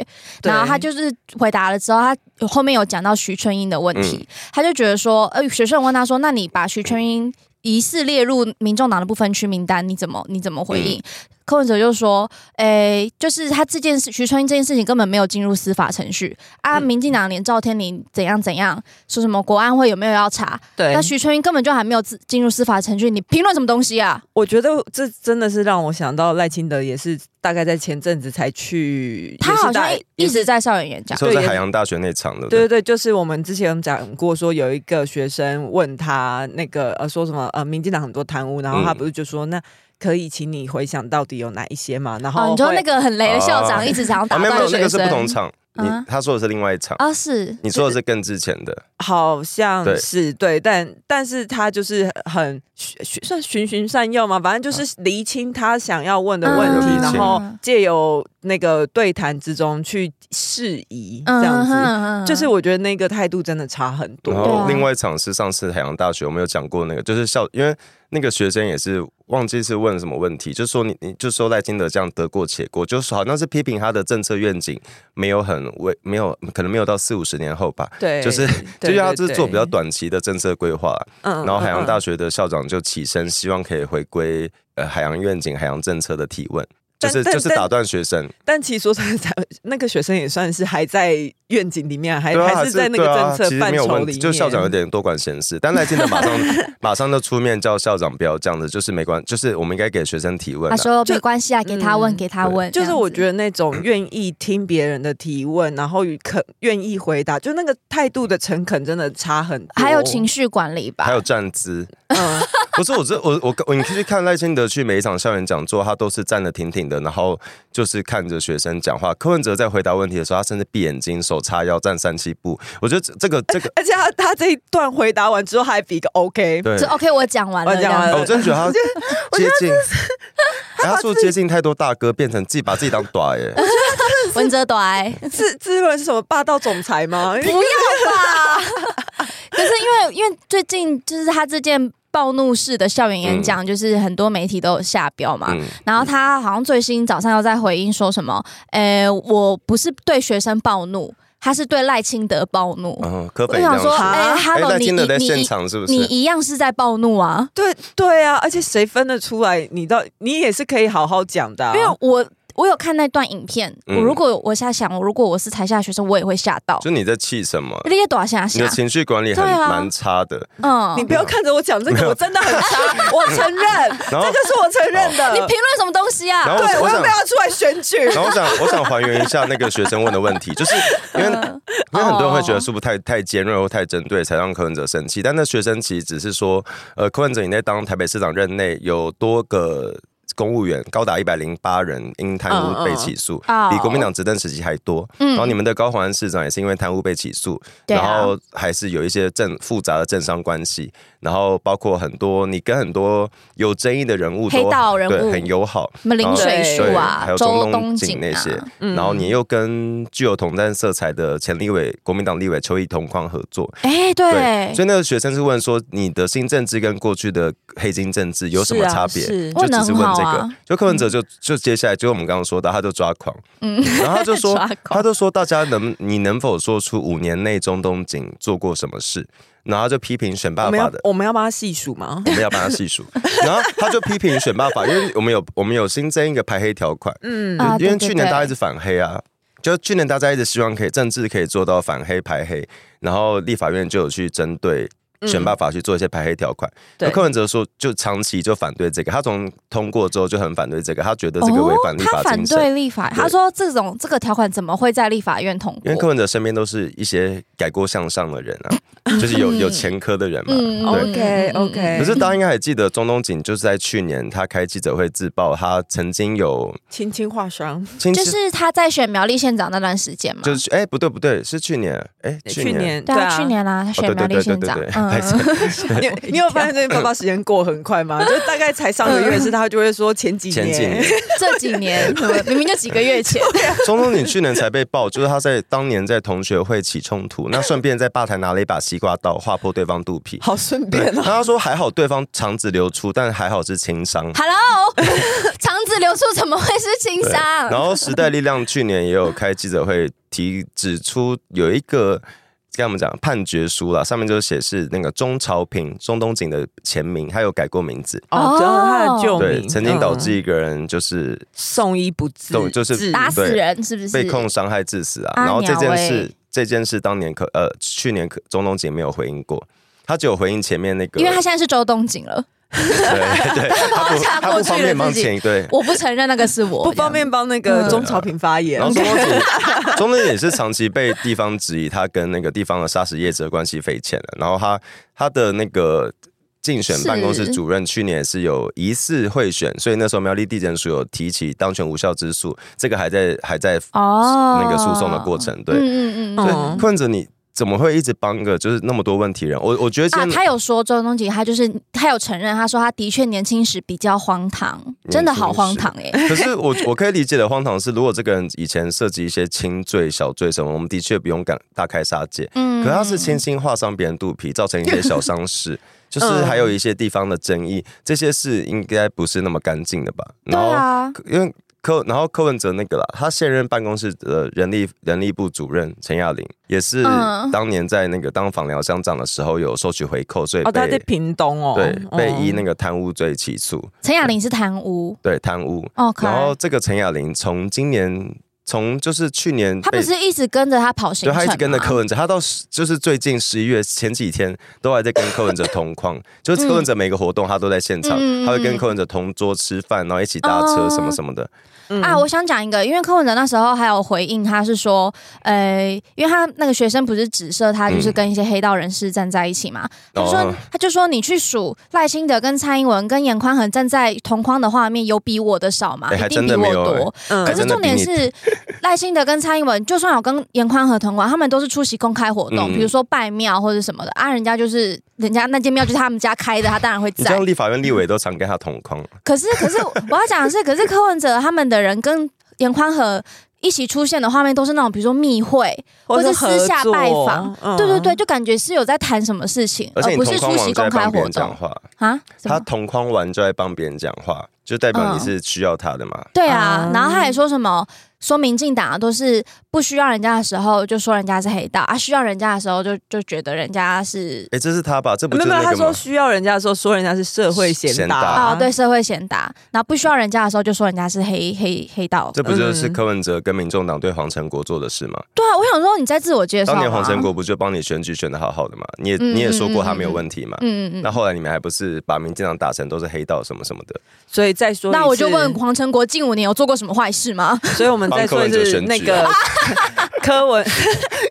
[SPEAKER 1] 对
[SPEAKER 3] 然后他就是回答了之后，他后面有讲到徐春英的问题，
[SPEAKER 2] 嗯
[SPEAKER 3] 他就觉得说，呃，学生有问他说，那你把徐春英疑似列入民众党的不分区名单，你怎么你怎么回
[SPEAKER 2] 嗯
[SPEAKER 3] 应？柯文哲就说：“诶、就是他这件事，徐春英这件事情根本没有进入司法程序
[SPEAKER 2] 嗯
[SPEAKER 3] 啊！民进党连赵天麟怎样怎样，说什么国安会有没有要查？
[SPEAKER 1] 对
[SPEAKER 2] 哎
[SPEAKER 3] 那徐春英根本就还没有自进入司法程序，你评论什么东西啊？
[SPEAKER 1] 我觉得这真的是让我想到赖清德，也是大概在前阵子才去，
[SPEAKER 3] 他
[SPEAKER 1] 也是
[SPEAKER 3] 好像
[SPEAKER 1] 大
[SPEAKER 3] 一一直在校园演讲，
[SPEAKER 2] 说在
[SPEAKER 1] 对也
[SPEAKER 2] 海洋大学那场的，
[SPEAKER 1] 对对对，就是我们之前讲过，说有一个学生问他那个呃说什么呃，民进党很多贪污，然后他
[SPEAKER 2] 嗯
[SPEAKER 1] 不是就说、那可以请你回想到底有哪一些嘛？然
[SPEAKER 3] 哦，
[SPEAKER 1] 后
[SPEAKER 3] 你说
[SPEAKER 1] 会
[SPEAKER 3] 那个很雷的校长
[SPEAKER 2] 哦
[SPEAKER 3] 一直想要
[SPEAKER 2] 啊，
[SPEAKER 3] 打
[SPEAKER 2] 没有没
[SPEAKER 3] 断
[SPEAKER 2] 有，那
[SPEAKER 3] 学
[SPEAKER 2] 个是
[SPEAKER 3] 生
[SPEAKER 2] 不同场，你
[SPEAKER 3] 啊
[SPEAKER 2] 他说的是另外一场，
[SPEAKER 3] 啊，是
[SPEAKER 2] 你说的是更之前的，
[SPEAKER 1] 好像
[SPEAKER 2] 对
[SPEAKER 1] 是对，但但是他就是很循循算循循善诱嘛，反正就是厘清他想要问的问题，
[SPEAKER 2] 嗯
[SPEAKER 1] 然后
[SPEAKER 3] 嗯
[SPEAKER 1] 借由那个对谈之中去释疑，
[SPEAKER 3] 嗯
[SPEAKER 1] 这样子。
[SPEAKER 3] 子
[SPEAKER 1] 就是我觉得那个态度真的差很多
[SPEAKER 2] 然，
[SPEAKER 3] 对
[SPEAKER 2] 后
[SPEAKER 3] 啊
[SPEAKER 2] 另外一场是上次海洋大学，我们有讲过那个，就是校，因为那个学生也是忘记是问什么问题，就说你，你就说赖清德这样得过且过，就是好像是批评他的政策愿景没有很为，没有可能没有到四五十年后吧，
[SPEAKER 1] 对，
[SPEAKER 2] 就是 (laughs) 就
[SPEAKER 1] 对
[SPEAKER 2] 是他就是做比较，
[SPEAKER 1] 对
[SPEAKER 2] 短期的政策规划啦。
[SPEAKER 1] 对嗯
[SPEAKER 2] 然后海洋大
[SPEAKER 1] 学，
[SPEAKER 2] 学的校长就起身，希望可以回归呃海洋愿景、海洋政策的提问，就
[SPEAKER 1] 但
[SPEAKER 2] 是
[SPEAKER 1] 但
[SPEAKER 2] 就是
[SPEAKER 1] 但
[SPEAKER 2] 打断学生，
[SPEAKER 1] 但其实说实在，那个学生也算是还在愿景里面，哎还
[SPEAKER 2] 对啊，
[SPEAKER 1] 还是在那个
[SPEAKER 2] 对
[SPEAKER 1] 政
[SPEAKER 2] 啊
[SPEAKER 1] 策
[SPEAKER 2] 其实
[SPEAKER 1] 范
[SPEAKER 2] 没有
[SPEAKER 1] 畴
[SPEAKER 2] 问
[SPEAKER 1] 里面，
[SPEAKER 2] 就校长有点多管闲事，但赖清德马上马上就出面叫校长不要这样子，就是没关，就是我们应该给学生提问、
[SPEAKER 3] 他
[SPEAKER 2] 啊。
[SPEAKER 3] 说
[SPEAKER 1] 就
[SPEAKER 3] 没关系啊，给他问，
[SPEAKER 1] 嗯
[SPEAKER 3] 给他问，
[SPEAKER 1] 就是我觉
[SPEAKER 3] 得
[SPEAKER 1] 得那
[SPEAKER 3] (clears throat)
[SPEAKER 1] 种愿意听别人的提问，然后与肯愿意回答，就那个态度的诚恳，真的差很多。
[SPEAKER 3] 还有情，绪管理吧，
[SPEAKER 2] 还有站姿，
[SPEAKER 1] 嗯，
[SPEAKER 2] 不是我这我我我，你去看赖清德去每一场校园讲座，他都是站得挺挺的，然后就是看着学生讲话。柯文哲在回答问题的时候，他甚至闭眼睛，手叉腰站三七步。我觉得这这个
[SPEAKER 1] (laughs)
[SPEAKER 2] 这个，
[SPEAKER 1] 而且他他这一段回答完之后还比一个 OK，
[SPEAKER 2] 对，
[SPEAKER 3] 这 OK，我讲完了，
[SPEAKER 1] 我
[SPEAKER 3] 这
[SPEAKER 1] 讲完
[SPEAKER 3] 样
[SPEAKER 1] 了
[SPEAKER 2] 哦我真的觉得他接近，哎他说接近太多大哥，变成自己把自己当短耶。
[SPEAKER 3] 文哲
[SPEAKER 2] (laughs)
[SPEAKER 3] 短。
[SPEAKER 1] 自自论是什么霸道总裁
[SPEAKER 3] (laughs)
[SPEAKER 1] 吗？
[SPEAKER 3] 不要吧！可是因为因为最近就是他这件暴怒式的校园演讲，就是很多媒体都有下标嘛。
[SPEAKER 2] 嗯，
[SPEAKER 3] 然后他好像最新早上又在回应说什么，呃，我不是对学生暴怒，他是对赖清德暴怒。
[SPEAKER 2] 嗯，柯
[SPEAKER 3] 我
[SPEAKER 2] 粉这样
[SPEAKER 3] 想说，
[SPEAKER 2] 说。
[SPEAKER 3] 哎
[SPEAKER 1] 哎
[SPEAKER 3] ，Hello，
[SPEAKER 2] 赖
[SPEAKER 3] 你
[SPEAKER 2] 清德在
[SPEAKER 3] 你
[SPEAKER 2] 现
[SPEAKER 3] 你
[SPEAKER 2] 场是不是？
[SPEAKER 3] 你一样是在暴怒啊？
[SPEAKER 1] 对对啊，而且谁分得出来？你到你也是可以好好讲的、啊，
[SPEAKER 3] 因为我我有看那段影片，
[SPEAKER 2] 嗯
[SPEAKER 3] 我如果我在想，如果我是台下学生，我也会吓到。
[SPEAKER 2] 就你在气什么？
[SPEAKER 3] 你也躲下
[SPEAKER 2] 你的
[SPEAKER 3] 下，
[SPEAKER 2] 情绪管理很
[SPEAKER 3] 对啊
[SPEAKER 2] 蛮差的。
[SPEAKER 3] 嗯，
[SPEAKER 1] 你不要看着我讲这个，我真的很
[SPEAKER 3] (laughs)
[SPEAKER 1] 差，我承认，
[SPEAKER 2] 啊然后
[SPEAKER 1] 这就是我承认的。
[SPEAKER 3] 哦你评论什么东西啊？
[SPEAKER 2] 然后
[SPEAKER 1] 对，
[SPEAKER 2] 我
[SPEAKER 1] 我
[SPEAKER 2] 想
[SPEAKER 1] 又没有要出来选举，
[SPEAKER 2] 然后我想，我想还原一下那个学生问的问题，就是因为
[SPEAKER 3] 嗯
[SPEAKER 2] 因为很多人会觉得是不是太太尖锐或太针对才让柯文哲生气，但那学生其实只是说，呃，柯文哲你在当台北市长任内有多个公务员高达一百零八人因贪污被起诉，
[SPEAKER 3] 嗯嗯嗯
[SPEAKER 2] 比国民党执政时期还多。
[SPEAKER 3] 嗯
[SPEAKER 2] 然后你们的高虹安市长也是因为贪污被起诉，
[SPEAKER 3] 对啊
[SPEAKER 2] 然后还是有一些政复杂的政商关系，然后包括很多你跟很多有争议的人物都
[SPEAKER 3] 黑道人物
[SPEAKER 2] 对很友好，
[SPEAKER 3] 什么林水树啊
[SPEAKER 2] 还有、
[SPEAKER 3] 周
[SPEAKER 2] 中
[SPEAKER 3] 东
[SPEAKER 2] 东
[SPEAKER 3] 锦
[SPEAKER 2] 锦那些
[SPEAKER 3] 啊，，
[SPEAKER 1] 嗯
[SPEAKER 2] 然后你又跟具有统战色彩的前立委国民党立委邱毅同框合作，
[SPEAKER 3] 哎，对，
[SPEAKER 2] 所以那个学生是问说，你的新政治跟过去的黑金政治有什么差别？
[SPEAKER 1] 是
[SPEAKER 3] 啊
[SPEAKER 2] 就只是问这
[SPEAKER 3] 问得很好
[SPEAKER 2] 个
[SPEAKER 3] 啊，
[SPEAKER 2] 就柯文哲就就接下来，就我们刚刚说到，他就抓狂，
[SPEAKER 3] 嗯，
[SPEAKER 2] 然后他就说
[SPEAKER 3] (laughs) 抓狂，
[SPEAKER 2] 他就说，大家能你能否说出五年内中东锦做过什么事？然后他就批评选
[SPEAKER 1] 我
[SPEAKER 2] 罢
[SPEAKER 1] 们
[SPEAKER 2] 法
[SPEAKER 1] 要
[SPEAKER 2] 的，
[SPEAKER 1] 我们要帮他细数吗？
[SPEAKER 2] 我们要帮他细数，然后他就批评选罢法，因为我们有我们有新增一个排黑条款，
[SPEAKER 1] 嗯，
[SPEAKER 3] 啊
[SPEAKER 2] 因为
[SPEAKER 3] 对对
[SPEAKER 2] 去年大家
[SPEAKER 3] 对
[SPEAKER 2] 一直反黑啊，就去年大家一直希望可以政治可以做到反黑排黑，然后立法院就有去针对选
[SPEAKER 1] 嗯
[SPEAKER 2] 罢法去做一些排黑条款。
[SPEAKER 1] 对
[SPEAKER 2] 那柯文哲说，就长期就反对这个，他从通过之后就很反对这个，他觉得这个违反立
[SPEAKER 3] 哦他
[SPEAKER 2] 法
[SPEAKER 3] 反
[SPEAKER 2] 精神。
[SPEAKER 3] 对立法，
[SPEAKER 2] 对
[SPEAKER 3] 他说这种这个条款怎么会在立法院通
[SPEAKER 2] 因为柯
[SPEAKER 3] 过？
[SPEAKER 2] 文哲身边都是一些改过向上的人啊，
[SPEAKER 3] (laughs)
[SPEAKER 2] 就是有有前科的人嘛，
[SPEAKER 3] 嗯
[SPEAKER 2] 对。
[SPEAKER 1] OK
[SPEAKER 3] 嗯
[SPEAKER 1] OK，
[SPEAKER 2] 可是大家应该还记得，中东锦就是在去年他开记者会自曝，他曾经有
[SPEAKER 1] 轻轻划伤，
[SPEAKER 2] 亲戚，
[SPEAKER 3] 就是他在选苗栗县长那段时间嘛，
[SPEAKER 2] 就是哎、不对不对，是去年哎、
[SPEAKER 1] 去年
[SPEAKER 3] 对啊，去年啦，他选苗栗县长，
[SPEAKER 2] 哦对对对
[SPEAKER 3] 嗯，
[SPEAKER 1] 你
[SPEAKER 2] (laughs)
[SPEAKER 1] 你有发现最近爸爸时间过很快吗？就大概才上个月是，他就会说前几
[SPEAKER 2] 前几年
[SPEAKER 1] 年，
[SPEAKER 3] 这几
[SPEAKER 2] (laughs)
[SPEAKER 3] 年明明就几个月前，
[SPEAKER 2] 中东锦去年才被爆，就是他在当年在同学会起冲突，
[SPEAKER 1] (laughs)
[SPEAKER 2] 那顺便在吧台拿了一把西瓜刀划破对方肚皮。
[SPEAKER 1] (laughs) 好顺
[SPEAKER 2] 对，
[SPEAKER 1] 便
[SPEAKER 2] 那
[SPEAKER 1] 哦。
[SPEAKER 2] 他说还好对方肠子流出，但还好是轻伤。 (laughs)
[SPEAKER 3] Hello，肠子流出怎么会是轻
[SPEAKER 2] 对
[SPEAKER 3] 伤？
[SPEAKER 2] 然后时代力量去年也有开记者会提指出有一个。跟我们讲判决书啦，上面就写是那个钟朝平，钟东锦的前名，他有改过名字，
[SPEAKER 1] 哦，知道他的旧
[SPEAKER 2] 对，
[SPEAKER 1] 名，
[SPEAKER 2] 曾经导致
[SPEAKER 1] 嗯
[SPEAKER 2] 一个人就是
[SPEAKER 1] 送医不治
[SPEAKER 2] 嗯对，就是
[SPEAKER 1] 治
[SPEAKER 3] 打死人是不是？
[SPEAKER 2] 被控伤害致死啊。
[SPEAKER 3] 阿
[SPEAKER 2] 然后这件
[SPEAKER 3] 鸟
[SPEAKER 2] 事
[SPEAKER 3] 欸，
[SPEAKER 2] 这件事当年可呃去年可钟东锦没有回应过，他只有回应前面那个，
[SPEAKER 3] 因为他现在是周东锦了，
[SPEAKER 2] 对
[SPEAKER 3] (laughs)
[SPEAKER 2] 对，他不
[SPEAKER 3] 哦他
[SPEAKER 2] 他
[SPEAKER 3] 过
[SPEAKER 2] 不
[SPEAKER 3] 去了
[SPEAKER 2] 方便帮
[SPEAKER 3] 自己
[SPEAKER 2] 前对。
[SPEAKER 3] 我不承认那个是我，
[SPEAKER 1] 不方便帮那个钟朝平发言
[SPEAKER 2] 然后。钟东锦，钟东锦也是长期被地方质疑他跟那个地方的砂石业者关系匪浅的。然后他他的那个竞选办公室
[SPEAKER 3] 是
[SPEAKER 2] 主任去年也是有疑似贿选，所以那时候苗栗地检署有提起当权无效之诉，这个还在还在
[SPEAKER 3] 这样哦
[SPEAKER 2] 那个诉讼的过，程。对，
[SPEAKER 3] 嗯嗯
[SPEAKER 1] 对
[SPEAKER 3] 嗯。
[SPEAKER 1] 嗯
[SPEAKER 2] 困着你怎么会一直帮个就是那么多问题人？我我觉得今
[SPEAKER 3] 啊，
[SPEAKER 2] 天、
[SPEAKER 3] 他有说周东锦，他就是他有承认，他说他的确年轻时比较荒唐，真的好荒唐哎、
[SPEAKER 2] 可是我我可以理解的荒唐是，如果这个人以前涉及一些轻罪小罪什么，我们的确不用敢大开杀戒。
[SPEAKER 3] 嗯，
[SPEAKER 2] 可他是轻轻划伤别人肚皮，造成一些小伤
[SPEAKER 3] (laughs)
[SPEAKER 2] 势，就是还有一些地方的争议，这些事应该不是那么干净的吧？
[SPEAKER 3] 对
[SPEAKER 2] 然后、
[SPEAKER 3] 啊，
[SPEAKER 2] 因为柯然后柯文哲那个啦，他现任办公室的人力人力部主任陈亚玲，也是
[SPEAKER 3] 嗯
[SPEAKER 2] 当年在那个当访寮乡长的时候有收取回扣，所以
[SPEAKER 1] 哦，
[SPEAKER 3] 啊
[SPEAKER 1] 他
[SPEAKER 2] 被
[SPEAKER 1] 在屏东哦，
[SPEAKER 2] 对，
[SPEAKER 3] 嗯
[SPEAKER 2] 被依那
[SPEAKER 1] 个
[SPEAKER 2] 个贪污罪起诉，
[SPEAKER 3] 陈雅玲是贪污哦
[SPEAKER 2] 对贪污。
[SPEAKER 3] ，OK，
[SPEAKER 2] 然后这个陈雅玲从今年，从就是去年
[SPEAKER 3] 他
[SPEAKER 2] 被
[SPEAKER 3] 不，是一直跟着他跑行
[SPEAKER 2] 对，
[SPEAKER 3] 程吗，
[SPEAKER 2] 她一直跟着柯文哲，她到十就是最近十一月前几天都还在跟柯文哲同框，就是柯文哲每个活动她都在现场
[SPEAKER 3] 嗯嗯嗯嗯，
[SPEAKER 2] 她会跟柯文哲同桌吃饭，然后一起搭
[SPEAKER 3] 哦
[SPEAKER 2] 车什么什么的。
[SPEAKER 1] 嗯
[SPEAKER 2] 嗯
[SPEAKER 3] 啊，我想讲一个，因为柯文哲那时候还有回应，他是说，呃，因为他那个学生不是指涉他就是
[SPEAKER 2] 嗯
[SPEAKER 3] 跟一些黑道人士站在一起嘛，他就说、
[SPEAKER 2] 哦
[SPEAKER 3] 他就说你去数赖清德跟蔡英文跟严宽恒站在同框的画面，有比我的少吗？
[SPEAKER 2] 哎还
[SPEAKER 3] 一定
[SPEAKER 2] 真的
[SPEAKER 3] 比我
[SPEAKER 2] 没有哎
[SPEAKER 3] 多。
[SPEAKER 1] 嗯
[SPEAKER 3] 可是
[SPEAKER 2] 真的
[SPEAKER 3] 重点
[SPEAKER 2] 比你
[SPEAKER 3] 是，赖清德跟蔡英文就算有跟严宽和同管，他们都是出席公开活
[SPEAKER 2] 嗯
[SPEAKER 3] 动，比如说拜庙或者什么的啊，人家就是人家那间庙就是他们家开的，他当然会
[SPEAKER 2] 你知
[SPEAKER 3] 在嗯
[SPEAKER 2] 道。立法院立委都常跟他同框，
[SPEAKER 3] 可是，可是我要讲的是，可是柯文哲他们的人跟严宽和一起出现的画面都是那种，比如说密会，或是私下拜访，
[SPEAKER 1] 嗯
[SPEAKER 3] 对对对，，就感觉是有在谈什么事情，
[SPEAKER 2] 而
[SPEAKER 3] 而
[SPEAKER 2] 且你
[SPEAKER 3] 哦不
[SPEAKER 2] 同
[SPEAKER 3] 是
[SPEAKER 2] 框
[SPEAKER 3] 出
[SPEAKER 2] 完
[SPEAKER 3] 席
[SPEAKER 2] 就
[SPEAKER 3] 公
[SPEAKER 2] 在
[SPEAKER 3] 开
[SPEAKER 2] 帮别
[SPEAKER 3] 活
[SPEAKER 2] 人讲
[SPEAKER 3] 动
[SPEAKER 2] 话，
[SPEAKER 3] 啊。什
[SPEAKER 2] 他
[SPEAKER 3] 么？嗯
[SPEAKER 2] 同框完就在帮别人讲话，就代表你是需要他的嘛。
[SPEAKER 3] 对啊
[SPEAKER 1] 啊，
[SPEAKER 3] 然后他还说什么？说民进党啊都是不需要人家的时候就说人家是黑道啊，需要人家的时候就就觉得人家是
[SPEAKER 2] 哎，这是他吧？这不
[SPEAKER 1] 没有
[SPEAKER 2] 就是
[SPEAKER 1] 没有，
[SPEAKER 2] 那
[SPEAKER 1] 他
[SPEAKER 2] 个
[SPEAKER 1] 说
[SPEAKER 2] 吗？
[SPEAKER 1] 需要人家的时候说人家是社会贤
[SPEAKER 2] 贤
[SPEAKER 1] 达
[SPEAKER 2] 达
[SPEAKER 3] 啊、
[SPEAKER 2] 啊
[SPEAKER 3] 对社会贤达，然后不需要人家的时候就说人家是黑黑黑道。
[SPEAKER 2] 这不就是
[SPEAKER 1] 嗯
[SPEAKER 2] 柯文哲跟民众党对黄成国做的事吗？
[SPEAKER 3] 对啊，我想说你在自我介绍啊
[SPEAKER 2] 当
[SPEAKER 3] 吗。
[SPEAKER 2] 年黄成国不就帮你选举选的好好的嘛？你也
[SPEAKER 3] 嗯
[SPEAKER 2] 你也说过
[SPEAKER 3] 嗯
[SPEAKER 2] 他
[SPEAKER 3] 嗯
[SPEAKER 2] 没有
[SPEAKER 3] 嗯
[SPEAKER 2] 问题嘛？
[SPEAKER 3] 嗯嗯嗯
[SPEAKER 2] 那后来你们还不是把民进党打成都是黑道什么什么的？
[SPEAKER 1] 所以再说，
[SPEAKER 3] 那我就问，黄成国近五年有做过什么坏事吗？
[SPEAKER 2] (laughs)
[SPEAKER 1] 所以我们再说一次那个柯文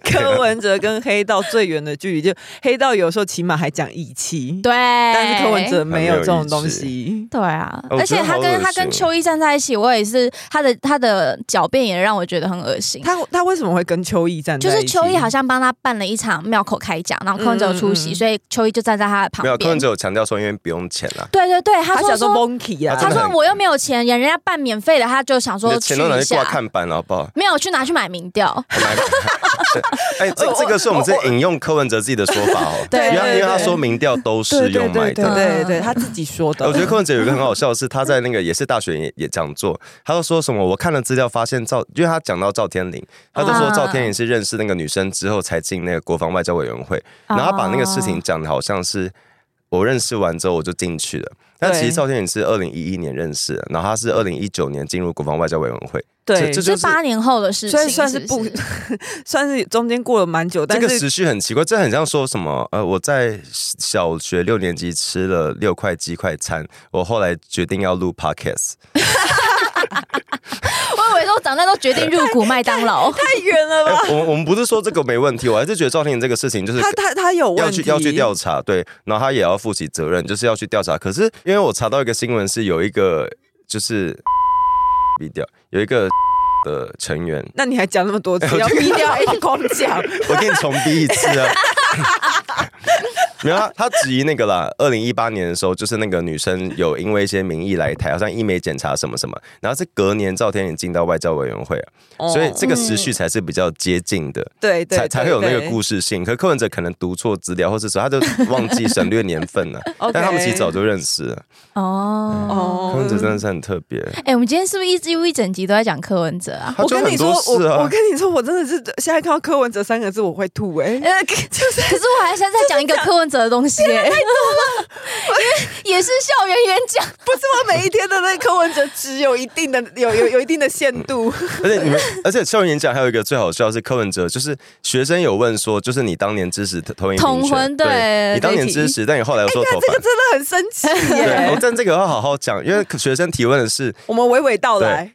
[SPEAKER 1] 柯柯文哲跟黑道最远的距离，就黑道有时候起码还讲义气，
[SPEAKER 3] 对，
[SPEAKER 1] 但是柯文哲没有这种东
[SPEAKER 2] 他没
[SPEAKER 1] 西。
[SPEAKER 3] 对啊，
[SPEAKER 2] 哦
[SPEAKER 3] 而且他
[SPEAKER 2] 真的好恶心
[SPEAKER 3] 跟他跟秋意站在一起，我也是他的他的狡辩也让我觉得很恶心。
[SPEAKER 1] 他他为什么会跟邱毅站
[SPEAKER 3] 就
[SPEAKER 1] 在一
[SPEAKER 3] 是
[SPEAKER 1] 起？
[SPEAKER 3] 秋意好像帮他办了一场庙口开讲，然后柯文哲有出
[SPEAKER 1] 嗯
[SPEAKER 3] 席，
[SPEAKER 1] 嗯嗯
[SPEAKER 3] 所以秋意就站在他的旁
[SPEAKER 2] 没有，柯文
[SPEAKER 3] 边。
[SPEAKER 2] 哲有强调说，因为不用钱啊啦，
[SPEAKER 3] 对对对，他
[SPEAKER 1] 他
[SPEAKER 3] 说
[SPEAKER 1] 想说
[SPEAKER 3] 说，
[SPEAKER 1] monkey 啊，
[SPEAKER 2] 他真
[SPEAKER 3] 他
[SPEAKER 2] 的
[SPEAKER 3] 说
[SPEAKER 2] 很
[SPEAKER 3] 我又没有钱，人家办免费的，他就想
[SPEAKER 2] 你
[SPEAKER 3] 说
[SPEAKER 2] 的
[SPEAKER 3] 去
[SPEAKER 2] 钱都拿
[SPEAKER 3] 一
[SPEAKER 2] 去挂
[SPEAKER 3] 下，
[SPEAKER 2] 看板了，好不好？ (laughs)
[SPEAKER 3] 没有去拿去买民调。
[SPEAKER 2] 很难哎，这这个是我们在引用柯文哲自己的说法哦，
[SPEAKER 3] (laughs) (laughs) 对
[SPEAKER 2] 因为他因为他
[SPEAKER 1] 对
[SPEAKER 2] 说民调都是
[SPEAKER 1] 对对
[SPEAKER 2] 用买
[SPEAKER 1] 对对
[SPEAKER 2] 的。
[SPEAKER 1] 对对对，他自己说的。
[SPEAKER 2] (laughs) 我觉得柯文哲有一个很好笑的是，他在那个也是大学也也讲座，他就说什么？我看了资料发现赵，因为他讲到赵天麟，他就说
[SPEAKER 3] 嗯
[SPEAKER 2] 赵天麟是认识那个女生之后才进那个国防外交委员会，
[SPEAKER 1] 哦
[SPEAKER 2] 然后他把那个事情讲的好像是我认识完之后我就进去了，但其实
[SPEAKER 1] 对
[SPEAKER 2] 赵天麟是二零一一年认识的，然后他是二零一九年进入国防外交委员会，
[SPEAKER 1] 对，
[SPEAKER 2] 这这
[SPEAKER 3] 是
[SPEAKER 2] 就是
[SPEAKER 3] 八年后的事情，
[SPEAKER 1] 所以算
[SPEAKER 3] 是
[SPEAKER 1] 是
[SPEAKER 3] 不
[SPEAKER 1] 不 (laughs)
[SPEAKER 3] 是 (laughs)
[SPEAKER 1] 算是中间过了蛮久，
[SPEAKER 2] 这
[SPEAKER 1] 但
[SPEAKER 2] 个
[SPEAKER 1] 是
[SPEAKER 2] 时序很奇怪，这很像说什么呃，我在小学六年级吃了六块鸡快餐，我后来决定要录 podcast，
[SPEAKER 3] 我以为说长大都决定入股麦当
[SPEAKER 2] (laughs)
[SPEAKER 3] 劳，
[SPEAKER 1] 太远了吧？
[SPEAKER 2] 哎我们我们不是说这个没问题，我还是觉得赵天麟这个事情就是
[SPEAKER 1] 他他他有
[SPEAKER 2] 要
[SPEAKER 1] 问
[SPEAKER 2] 去
[SPEAKER 1] 题，
[SPEAKER 2] 要去调查，对，然后他也要负起责任，就是要去调查。可是因为我查到一个新闻是有一个就是毙掉有一个的成员，
[SPEAKER 1] 那你还讲那么
[SPEAKER 2] (laughs)
[SPEAKER 1] 多次，要逼掉还一光讲，
[SPEAKER 2] 我给你重逼一次啊。 (laughs) 没有，他他质疑那个啦。二零一八年的时候，就是那个女生有因为一些名义来台，好像医美检查什么什么，然后是隔年赵天麟进到外交委员会啊，
[SPEAKER 3] 哦
[SPEAKER 2] 所以
[SPEAKER 1] 哦
[SPEAKER 2] 这个
[SPEAKER 3] 嗯
[SPEAKER 1] 嗯
[SPEAKER 2] 时序才是比较接近的。
[SPEAKER 1] 对对
[SPEAKER 2] 才才会有那个故
[SPEAKER 1] 事。
[SPEAKER 2] 事性。可柯文哲可能读错资料，或是说他就忘记省略年份
[SPEAKER 1] (laughs)
[SPEAKER 2] 了
[SPEAKER 1] OK，
[SPEAKER 2] 但他们其实早就认识了。
[SPEAKER 3] 哦
[SPEAKER 1] 哦
[SPEAKER 2] 柯文哲真的是很特别，
[SPEAKER 3] 哎、我们今天是不是一几乎一整集都在讲柯文哲啊？
[SPEAKER 2] 他
[SPEAKER 1] 我
[SPEAKER 2] 就
[SPEAKER 1] 跟
[SPEAKER 2] 很
[SPEAKER 1] 你说
[SPEAKER 2] 多，
[SPEAKER 1] 我
[SPEAKER 2] 事啊
[SPEAKER 1] 我。跟你说，我真的是现在看到柯文哲三个字，我会吐哎、
[SPEAKER 3] (laughs) 呃，可就是，可是我还想再讲一个柯文哲的东西、欸，因为 (laughs) 也是校园演讲，
[SPEAKER 1] 不是我每一天的那柯文哲只有一定的有有有一定的限度， (laughs)
[SPEAKER 2] 而且你们，而且校园演讲还有一个最好笑的是柯文哲，就是学生有问说，就是你当年支持同
[SPEAKER 3] 同
[SPEAKER 2] 同
[SPEAKER 3] 婚
[SPEAKER 2] 婚
[SPEAKER 3] 对
[SPEAKER 2] 你当年
[SPEAKER 1] 这一题
[SPEAKER 2] 支
[SPEAKER 1] 哎
[SPEAKER 2] 持，但你后来又说投
[SPEAKER 1] 这个
[SPEAKER 2] 反。
[SPEAKER 1] 真的很生气 (laughs) 耶、
[SPEAKER 2] 对，我但这个要好好讲，因为学生提问的是，
[SPEAKER 1] 我们娓娓道来。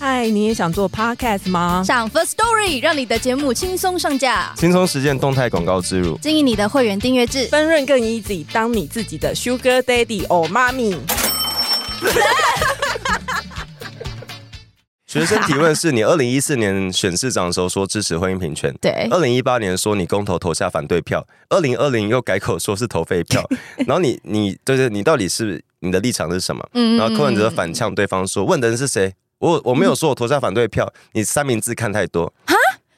[SPEAKER 1] 嗨，你也想做 podcast 吗？
[SPEAKER 3] 上 First Story 让你的节目轻松上架，
[SPEAKER 2] 轻松实践动态广告植入。
[SPEAKER 3] 经营你的会员订阅制。
[SPEAKER 1] 分润更 easy，当你自己的 sugar daddy or mommy。
[SPEAKER 2] 学生提问是你二零一四年选市长的时候说支持婚姻平权，
[SPEAKER 3] 对，
[SPEAKER 2] 二零一八年说你公投投下反对票，二零二零又改口说是投废
[SPEAKER 3] (laughs)
[SPEAKER 2] 票，然后你你就是你到底是你的立场是什么？
[SPEAKER 3] 嗯
[SPEAKER 2] 然后柯文哲反呛对方说：“问的人是谁？我我没有说我投下反对票，你三明治看太多。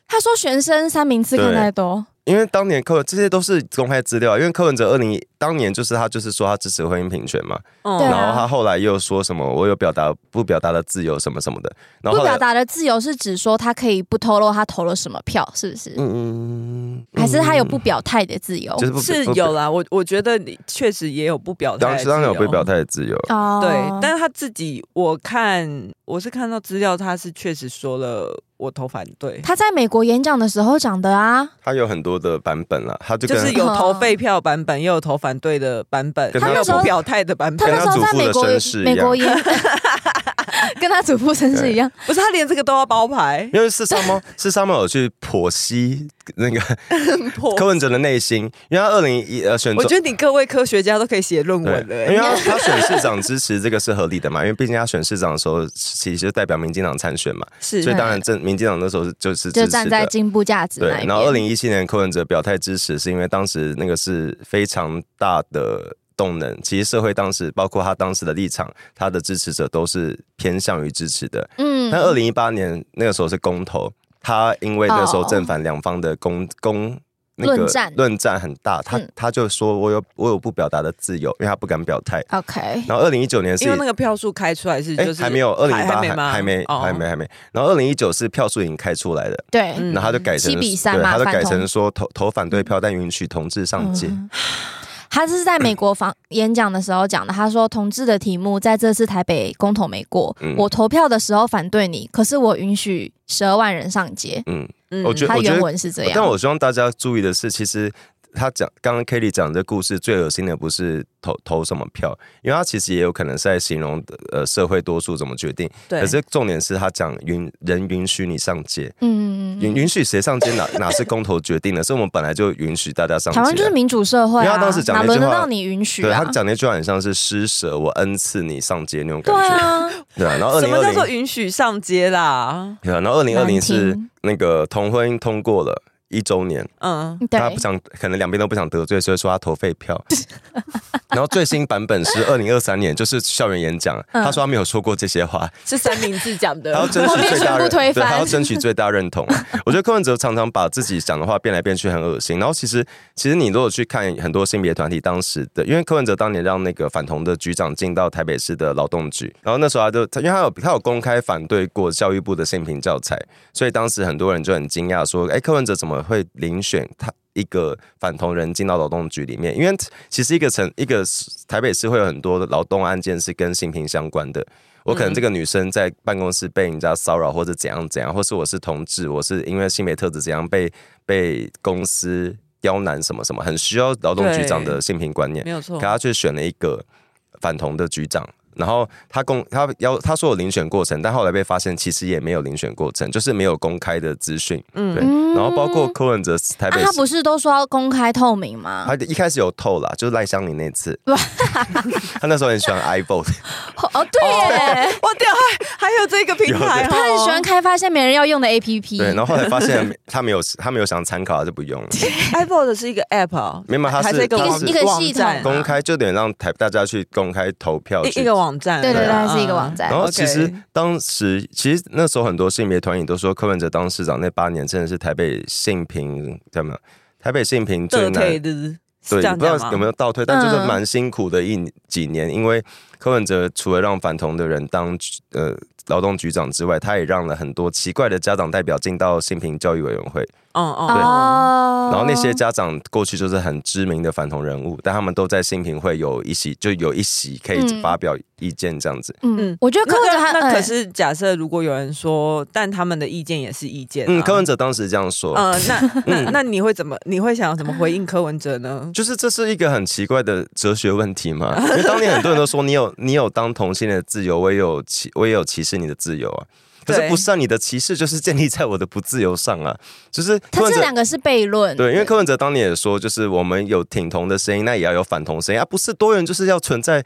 [SPEAKER 3] 他说学生三明治看太多，”
[SPEAKER 2] 因为当年柯这些都是公开资料啊，因为柯文哲二零当年就是他就是说他支持婚姻平权嘛，
[SPEAKER 3] 对
[SPEAKER 1] 嗯
[SPEAKER 2] 然
[SPEAKER 3] 啊
[SPEAKER 2] 后他后来又说什么我有表达不表达的自由什么什么的，然后后
[SPEAKER 3] 不
[SPEAKER 2] 来
[SPEAKER 3] 表达的自由是指说他可以不透露他投了什么票，是不是？
[SPEAKER 2] 嗯嗯，
[SPEAKER 3] 还是他有不表态的自由？
[SPEAKER 2] 就是不
[SPEAKER 1] 是
[SPEAKER 2] 不
[SPEAKER 1] 有啦，我我觉得你确实也有不表态
[SPEAKER 2] 当
[SPEAKER 1] 的
[SPEAKER 2] 时
[SPEAKER 1] 自由，
[SPEAKER 2] 当然有被表态的自由，啊
[SPEAKER 3] 哦
[SPEAKER 1] 对，但是他自己，我看我是看到资料，他是确实说了我投反对，
[SPEAKER 3] 他在美国演讲的时候讲的啊，
[SPEAKER 2] 他有很多的版本了，他就
[SPEAKER 1] 就
[SPEAKER 2] 跟
[SPEAKER 1] 是有投
[SPEAKER 3] 嗯
[SPEAKER 1] 废票版本，也有投反对的版本，
[SPEAKER 2] 跟
[SPEAKER 1] 也
[SPEAKER 2] 他
[SPEAKER 1] 有
[SPEAKER 3] 那时候
[SPEAKER 1] 不表态的版
[SPEAKER 3] 他
[SPEAKER 1] 本。
[SPEAKER 3] 那时候在美国
[SPEAKER 2] 跟他祖父的身世一样
[SPEAKER 3] 美国演，
[SPEAKER 2] (laughs)
[SPEAKER 3] 跟他祖父身世一样。
[SPEAKER 1] 不是他连这个都要包牌，
[SPEAKER 2] (laughs) 因为是沙猫，是沙猫有去剖析那个
[SPEAKER 1] 破
[SPEAKER 2] (laughs) 柯文哲的内心，因为他二零一呃选
[SPEAKER 1] 我
[SPEAKER 2] 中
[SPEAKER 1] 觉。得你各位科学家都可以写论
[SPEAKER 2] 对
[SPEAKER 1] 文了、，
[SPEAKER 2] 因为
[SPEAKER 1] 欸。
[SPEAKER 2] 他他选市长支持这个是合理的嘛，因为毕竟他选市长的时候，其实就代表民进党参选嘛，
[SPEAKER 1] 是
[SPEAKER 2] 所以
[SPEAKER 3] 对
[SPEAKER 2] 当然政民进党那时候是就是支
[SPEAKER 3] 就
[SPEAKER 2] 持
[SPEAKER 3] 站在
[SPEAKER 2] 的。
[SPEAKER 3] 进步价值
[SPEAKER 2] 对
[SPEAKER 3] 那一，边。
[SPEAKER 2] 然后二零一七年柯文哲表态支持，是因为当时那个是非常大的动能，其实社会当时包括他当时的立场，他的支持者都是偏向于支持的，
[SPEAKER 3] 嗯
[SPEAKER 2] 但二零一八年那个时候是公投，他因为那时候
[SPEAKER 3] 哦
[SPEAKER 2] 正反两方的公公那个
[SPEAKER 3] 论战
[SPEAKER 2] 论战很大，他、
[SPEAKER 3] 嗯
[SPEAKER 2] 他就说我有我有不表达的自由，因为他不敢表态。
[SPEAKER 3] OK，
[SPEAKER 2] 然后二零一九年是
[SPEAKER 1] 因为那个票数开出来是
[SPEAKER 2] 哎、
[SPEAKER 1] 就是
[SPEAKER 2] 还没有二零一八
[SPEAKER 1] 没吗
[SPEAKER 2] 还没
[SPEAKER 1] 哦
[SPEAKER 2] 还没还没，然后二零一九是票数已经开出来的，
[SPEAKER 3] 对，
[SPEAKER 1] 嗯
[SPEAKER 2] 然后他就改成
[SPEAKER 3] 7比3
[SPEAKER 2] 对
[SPEAKER 3] 嘛
[SPEAKER 2] 他就
[SPEAKER 3] 反
[SPEAKER 2] 改
[SPEAKER 3] 同
[SPEAKER 2] 成说投投反对票，但允许同志上街。
[SPEAKER 3] 嗯他这是在美国访演讲的时候讲的。他说，同志的题目在这次台北公投没过，
[SPEAKER 2] 嗯
[SPEAKER 3] 我投票的时候反对你，可是我允许十二万人上街。
[SPEAKER 2] 嗯，
[SPEAKER 1] 嗯
[SPEAKER 2] 我觉得呃
[SPEAKER 3] 他原文是这样，
[SPEAKER 2] 但我希望大家注意的是，其实他讲刚刚 k a t i e 讲这故事最恶心的不是投投什么票，因为他其实也有可能是在形容呃社会多数怎么决定，
[SPEAKER 1] 对，
[SPEAKER 2] 可是重点是他讲允人允许你上
[SPEAKER 3] (laughs)
[SPEAKER 2] 街，
[SPEAKER 3] 嗯，嗯嗯
[SPEAKER 2] 允允许谁上街哪哪是公投决定的，是我们本来就允许大家上街
[SPEAKER 3] 台
[SPEAKER 2] 啊。
[SPEAKER 3] 湾就是民主社会
[SPEAKER 2] 因为
[SPEAKER 3] 啊，
[SPEAKER 2] 他当时讲
[SPEAKER 3] 哪
[SPEAKER 2] 那句
[SPEAKER 3] 轮得
[SPEAKER 2] 话
[SPEAKER 3] 到你允许
[SPEAKER 2] 对他
[SPEAKER 3] 啊？
[SPEAKER 2] 讲那句话很像是施舍，我恩赐你上街那种感
[SPEAKER 3] 对
[SPEAKER 2] 觉。
[SPEAKER 3] 啊，
[SPEAKER 2] (laughs) 对啊，然后二
[SPEAKER 1] 什
[SPEAKER 2] 零
[SPEAKER 1] 么
[SPEAKER 2] 二
[SPEAKER 1] 叫做
[SPEAKER 2] 零，
[SPEAKER 1] 允许上街啦？
[SPEAKER 2] 对啊，然后二零二零
[SPEAKER 3] 难
[SPEAKER 2] 是
[SPEAKER 3] 听
[SPEAKER 2] 那个同婚姻通过了一周年，
[SPEAKER 1] 嗯，
[SPEAKER 2] 他
[SPEAKER 3] 对
[SPEAKER 2] 不，想，可能两边都不想得罪，所以说他投废
[SPEAKER 3] (laughs)
[SPEAKER 2] 票。然后最新版本是二零二三年，就是校园演讲，
[SPEAKER 3] 嗯
[SPEAKER 2] 他说他没有说过这些话，
[SPEAKER 1] 是三明治讲
[SPEAKER 2] 他要
[SPEAKER 3] (laughs)
[SPEAKER 1] 的。
[SPEAKER 2] 争
[SPEAKER 3] 后
[SPEAKER 2] 取
[SPEAKER 3] 面
[SPEAKER 2] 最
[SPEAKER 3] 全
[SPEAKER 2] 大
[SPEAKER 3] 部
[SPEAKER 2] 认，
[SPEAKER 3] 推
[SPEAKER 2] 对，他要
[SPEAKER 3] 翻
[SPEAKER 2] 争取最大认同。 (laughs) 我觉得柯文哲常常把自己讲的话变来变去，很恶心。然后其实，其实你如果去看很多性别团体当时的，因为柯文哲当年让那个反同的局长进到台北市的劳动局，然后那时候他就，他因为他有他有公开反对过教育部的性平教材，所以当时很多人就很惊讶说：“哎，柯文哲怎么会遴选他？”一个反同人进到劳动局里面，因为其实一个城一个台北市会有很多的劳动案件是跟性平相关的，我可能这个女生在办公室被人家骚扰，或者怎样怎样，或是我是同志，我是因为性别特质怎样被被公司刁难什么什么，很需要劳动局长的性平观念
[SPEAKER 1] 没。有错
[SPEAKER 2] 可，他却选了一个反同的局长，然后他公他要他说有遴选过程，但后来被发现其实也没有遴选过程，就是没有公开的资讯。
[SPEAKER 1] 嗯
[SPEAKER 2] 对，然后包括柯文哲台
[SPEAKER 3] 啊，
[SPEAKER 2] 北
[SPEAKER 3] 他
[SPEAKER 2] 市，
[SPEAKER 3] 不是都说要公开透明吗？
[SPEAKER 2] 他一开始有透啦，就是赖香林那次，他那时候很喜欢 i vote，
[SPEAKER 3] 哦，对耶，
[SPEAKER 1] 我掉啊还还有这个平台哦，
[SPEAKER 3] 他很喜欢开发现没人要用的 APP。
[SPEAKER 2] 对，然后后来发现他没有他没有想参考，他就不用了。
[SPEAKER 1] Apple 的是一个 App 哦，
[SPEAKER 2] 没有，它
[SPEAKER 1] 还
[SPEAKER 2] 是
[SPEAKER 1] 一个
[SPEAKER 2] 它
[SPEAKER 1] 网
[SPEAKER 2] 是
[SPEAKER 3] 一个
[SPEAKER 1] 网站
[SPEAKER 3] 系统
[SPEAKER 2] 公开，就得让台大家去公开投票
[SPEAKER 1] 一
[SPEAKER 2] 去
[SPEAKER 1] 一个网站，
[SPEAKER 3] 对对对，
[SPEAKER 1] 啊
[SPEAKER 3] 它是一个网。站
[SPEAKER 2] 然。后其实
[SPEAKER 1] OK
[SPEAKER 2] 当时，其实那时候很多性别团体都说，柯文哲当市长那八年真的是台北性平叫什么？台北性平最
[SPEAKER 1] 这
[SPEAKER 2] 难
[SPEAKER 1] 可以的，是这
[SPEAKER 2] 对，
[SPEAKER 1] 样
[SPEAKER 2] 不知
[SPEAKER 1] 讲
[SPEAKER 2] 道
[SPEAKER 1] 吗
[SPEAKER 2] 有没有倒退，但就是
[SPEAKER 3] 嗯
[SPEAKER 2] 蛮辛苦的一几年，因为柯文哲除了让反同的人当呃劳动局长之外，他也让了很多奇怪的家长代表进到性平教育委员会，
[SPEAKER 1] 嗯嗯，哦，
[SPEAKER 3] 哦
[SPEAKER 2] 然后那些家长过去就是很知名的反同人物，但他们都在性平会有一席，就有一席可以
[SPEAKER 3] 嗯
[SPEAKER 2] 发表意见这样子。
[SPEAKER 3] 嗯
[SPEAKER 1] 嗯，
[SPEAKER 3] 我觉得柯文哲
[SPEAKER 1] 那
[SPEAKER 3] 他
[SPEAKER 1] 个那可
[SPEAKER 3] 哎
[SPEAKER 1] 是假设，如果有人说，但他们的意见也是意见啊，
[SPEAKER 2] 嗯，柯文哲当嗯时这样说，
[SPEAKER 1] 呃，那那那你会怎么？你会想怎么回应柯文哲呢？
[SPEAKER 2] 就是这是一个很奇怪的哲学问题
[SPEAKER 3] (laughs)
[SPEAKER 2] 嘛，因为当年很多人都说你有你有当同性恋的自由，我也有歧我也有歧视你的自由啊。可是
[SPEAKER 1] 对
[SPEAKER 2] 不是啊，你的歧视就是建立在我的不自由上啊，就是柯
[SPEAKER 3] 他
[SPEAKER 2] 文
[SPEAKER 3] 这
[SPEAKER 2] 哲。
[SPEAKER 3] 两个是悖论。
[SPEAKER 2] 对，因为柯文哲当年也说，就是我们有挺同的声音，那也要有反同声音啊，不是多元就是要存在。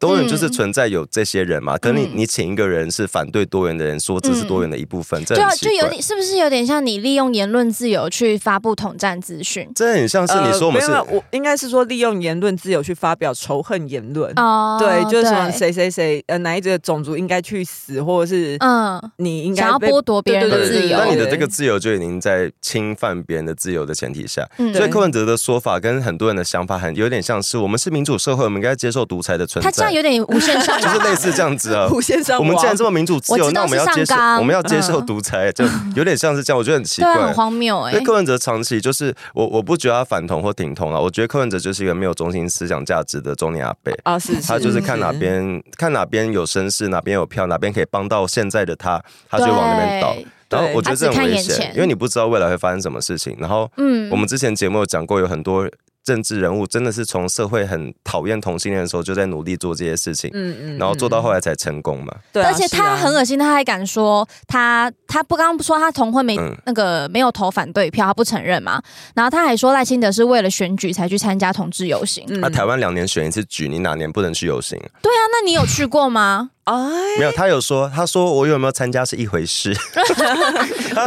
[SPEAKER 2] 多元就是存在有这些人嘛，可你
[SPEAKER 3] 嗯
[SPEAKER 2] 你请一个人是反对多元的人，说这是多元的一部分，这
[SPEAKER 3] 就
[SPEAKER 2] 很奇
[SPEAKER 3] 嗯就有
[SPEAKER 2] 怪。
[SPEAKER 3] 点，是不是有点像你利用言论自由去发布统战资讯
[SPEAKER 2] 这很像是你说我们
[SPEAKER 1] 呃
[SPEAKER 2] 是
[SPEAKER 1] 没有没有我应该是说利用言论自由去发表仇恨言论。嗯
[SPEAKER 3] 哦
[SPEAKER 1] 对，就是什么谁谁谁，呃，哪一个种族应该去死，或者是
[SPEAKER 3] 嗯，
[SPEAKER 1] 你应该
[SPEAKER 3] 想要
[SPEAKER 1] 被
[SPEAKER 3] 剥夺别人的
[SPEAKER 1] 对对
[SPEAKER 3] 自
[SPEAKER 1] 对
[SPEAKER 3] 由
[SPEAKER 2] 那。你的
[SPEAKER 1] 对
[SPEAKER 2] 这个自由就已经在侵犯别人的自由的前提下，
[SPEAKER 3] 嗯
[SPEAKER 2] 所以
[SPEAKER 1] 对
[SPEAKER 2] 柯文哲的说法跟很多人的想法很有点像是，我们是民主社会，我们应该接受独裁的存
[SPEAKER 3] 他这样
[SPEAKER 2] 在，
[SPEAKER 3] 有点无限
[SPEAKER 1] (laughs)。
[SPEAKER 3] 上
[SPEAKER 2] 就是类似这样
[SPEAKER 3] (laughs)
[SPEAKER 2] 子啊
[SPEAKER 1] 无限上
[SPEAKER 2] 我
[SPEAKER 1] 网。
[SPEAKER 2] 们既然这么民主自
[SPEAKER 3] 我
[SPEAKER 2] 由，
[SPEAKER 3] 知
[SPEAKER 2] 那
[SPEAKER 3] 道
[SPEAKER 2] 我们要接
[SPEAKER 3] 是
[SPEAKER 2] 受
[SPEAKER 3] 上纲
[SPEAKER 2] 我们要接受
[SPEAKER 3] 嗯
[SPEAKER 2] 独裁，就有点像是这样，我觉得很奇
[SPEAKER 3] 对啊，
[SPEAKER 2] 怪
[SPEAKER 3] 很。荒谬哎
[SPEAKER 2] 因为。柯文哲长期就是我，我不觉得他反同或挺同啊，我觉得柯文哲就是一个没有中心思想价值的中年阿伯。
[SPEAKER 1] 啊，是
[SPEAKER 2] 他就是看哪，边看哪边有绅士，哪边有票，哪边可以帮到现在的他，他就往那边倒。
[SPEAKER 3] 对
[SPEAKER 2] 然后我觉得这很
[SPEAKER 3] 他只看
[SPEAKER 2] 危
[SPEAKER 3] 眼
[SPEAKER 2] 险，
[SPEAKER 3] 前
[SPEAKER 2] 因为你不知道未来会发生什么事情。然后
[SPEAKER 3] 嗯
[SPEAKER 2] 我们之前节目有讲过，有很多政治人物真的是从社会很讨厌同性恋的时候，就在努力做这些事情，
[SPEAKER 1] 嗯
[SPEAKER 2] 然后做到后
[SPEAKER 1] 来，
[SPEAKER 2] 来才成功嘛。
[SPEAKER 1] 对啊，
[SPEAKER 3] 而且
[SPEAKER 1] 是
[SPEAKER 3] 他
[SPEAKER 1] 啊
[SPEAKER 3] 很恶心，他还敢说他他不刚刚说他同婚没、
[SPEAKER 2] 嗯
[SPEAKER 3] 那个没有投反对票，他不承认嘛。然后他还说赖清德是为了选举才去参加同志游行。
[SPEAKER 1] 嗯
[SPEAKER 2] 啊那台湾两年选一次举，你哪年不能去游行？
[SPEAKER 3] 对啊，那你有去过吗？
[SPEAKER 1] 哎，
[SPEAKER 2] 没有，他有说，他说我有没有参加是一回
[SPEAKER 3] (laughs)
[SPEAKER 2] 事。他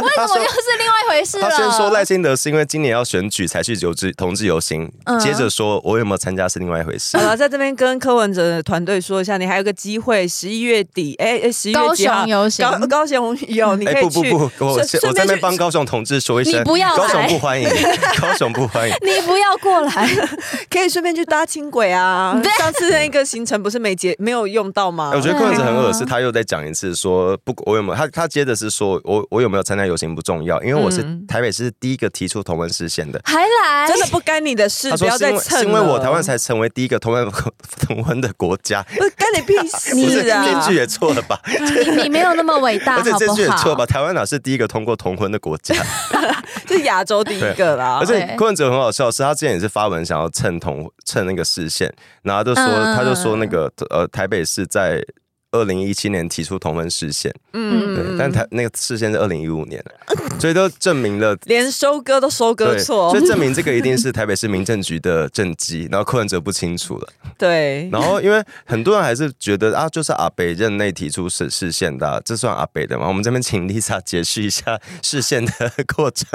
[SPEAKER 2] 他
[SPEAKER 3] 我
[SPEAKER 2] 说
[SPEAKER 3] 又是另外一回事了。
[SPEAKER 2] 他先
[SPEAKER 1] 啊
[SPEAKER 2] 说赖清德是因为今年要选举才去游志同志游行，
[SPEAKER 3] 嗯
[SPEAKER 2] 接着说我有没有参加是另外一回事
[SPEAKER 1] 好。了，在这边跟柯文哲的团队说一下，你还有个机会，十一月底，哎哎，十一月
[SPEAKER 3] 高
[SPEAKER 1] 几号
[SPEAKER 3] 雄？游行，
[SPEAKER 1] 高高
[SPEAKER 2] (laughs)
[SPEAKER 1] 雄有，你
[SPEAKER 2] 哎、
[SPEAKER 1] 可以
[SPEAKER 2] 不不
[SPEAKER 1] 去。
[SPEAKER 2] 不，我
[SPEAKER 1] 顺顺便
[SPEAKER 2] 我在那边
[SPEAKER 1] 去
[SPEAKER 2] 帮高雄同志说一
[SPEAKER 3] 你
[SPEAKER 2] 声，
[SPEAKER 3] 不要
[SPEAKER 2] 高雄
[SPEAKER 3] 来，
[SPEAKER 1] (laughs)
[SPEAKER 2] 不欢迎，高雄不欢迎。
[SPEAKER 3] 你不要过来。
[SPEAKER 1] 可以顺便去搭轻轨
[SPEAKER 3] (laughs)
[SPEAKER 1] 啊
[SPEAKER 3] 对。
[SPEAKER 1] 上次那个行程不是没结没有用到吗
[SPEAKER 2] 哎我？觉得
[SPEAKER 3] 对
[SPEAKER 2] 柯文哲很恶
[SPEAKER 3] 啊
[SPEAKER 2] 是他又再讲一次说，不，我有没有他他接着是说我我有没有参加在游行不重要，因为我是
[SPEAKER 1] 嗯
[SPEAKER 2] 台北市第一个提出同婚视线的。
[SPEAKER 3] 还来，
[SPEAKER 1] 真的不干你的事，
[SPEAKER 2] 他
[SPEAKER 1] 不
[SPEAKER 2] 说
[SPEAKER 1] 要
[SPEAKER 2] 是因
[SPEAKER 1] 再
[SPEAKER 2] 为
[SPEAKER 1] 蹭
[SPEAKER 2] 是
[SPEAKER 1] 了。
[SPEAKER 2] 因为我台湾才成为第一个同婚同婚的国家，
[SPEAKER 1] 不是干你屁
[SPEAKER 2] 不是
[SPEAKER 1] 事
[SPEAKER 2] (laughs) 这
[SPEAKER 1] 啊！
[SPEAKER 2] 句也错
[SPEAKER 1] (laughs)
[SPEAKER 2] 了吧？
[SPEAKER 3] 你你没有那么伟大，
[SPEAKER 2] (laughs) 而且
[SPEAKER 3] 好
[SPEAKER 2] 这句
[SPEAKER 3] 不
[SPEAKER 2] 也错
[SPEAKER 3] 好？
[SPEAKER 2] 吧？台湾哪是第一个通过同婚的国家？
[SPEAKER 1] 这是亚洲第一个啦
[SPEAKER 2] 而。且
[SPEAKER 3] 对
[SPEAKER 2] 柯文哲很好笑，是他之前也是发文想要蹭同蹭那个视线，然后他就说、
[SPEAKER 3] 嗯嗯嗯
[SPEAKER 2] 他就说那个呃台北市在二零一七年提出同婚视线，对，
[SPEAKER 1] 嗯，
[SPEAKER 2] 但台那个视线是二零一五年的，所以都证明了。
[SPEAKER 1] 连收割都收割
[SPEAKER 2] 对，
[SPEAKER 1] 错
[SPEAKER 2] 所，以证明这个一定是台北市民政局的政绩，然后柯文哲不清楚了。
[SPEAKER 1] 对，
[SPEAKER 2] 然后因为很多人还是觉得啊，就是阿北任内提出视视线的啊、这算阿北的吗？我们这边请 Lisa 解释一下视线的过程。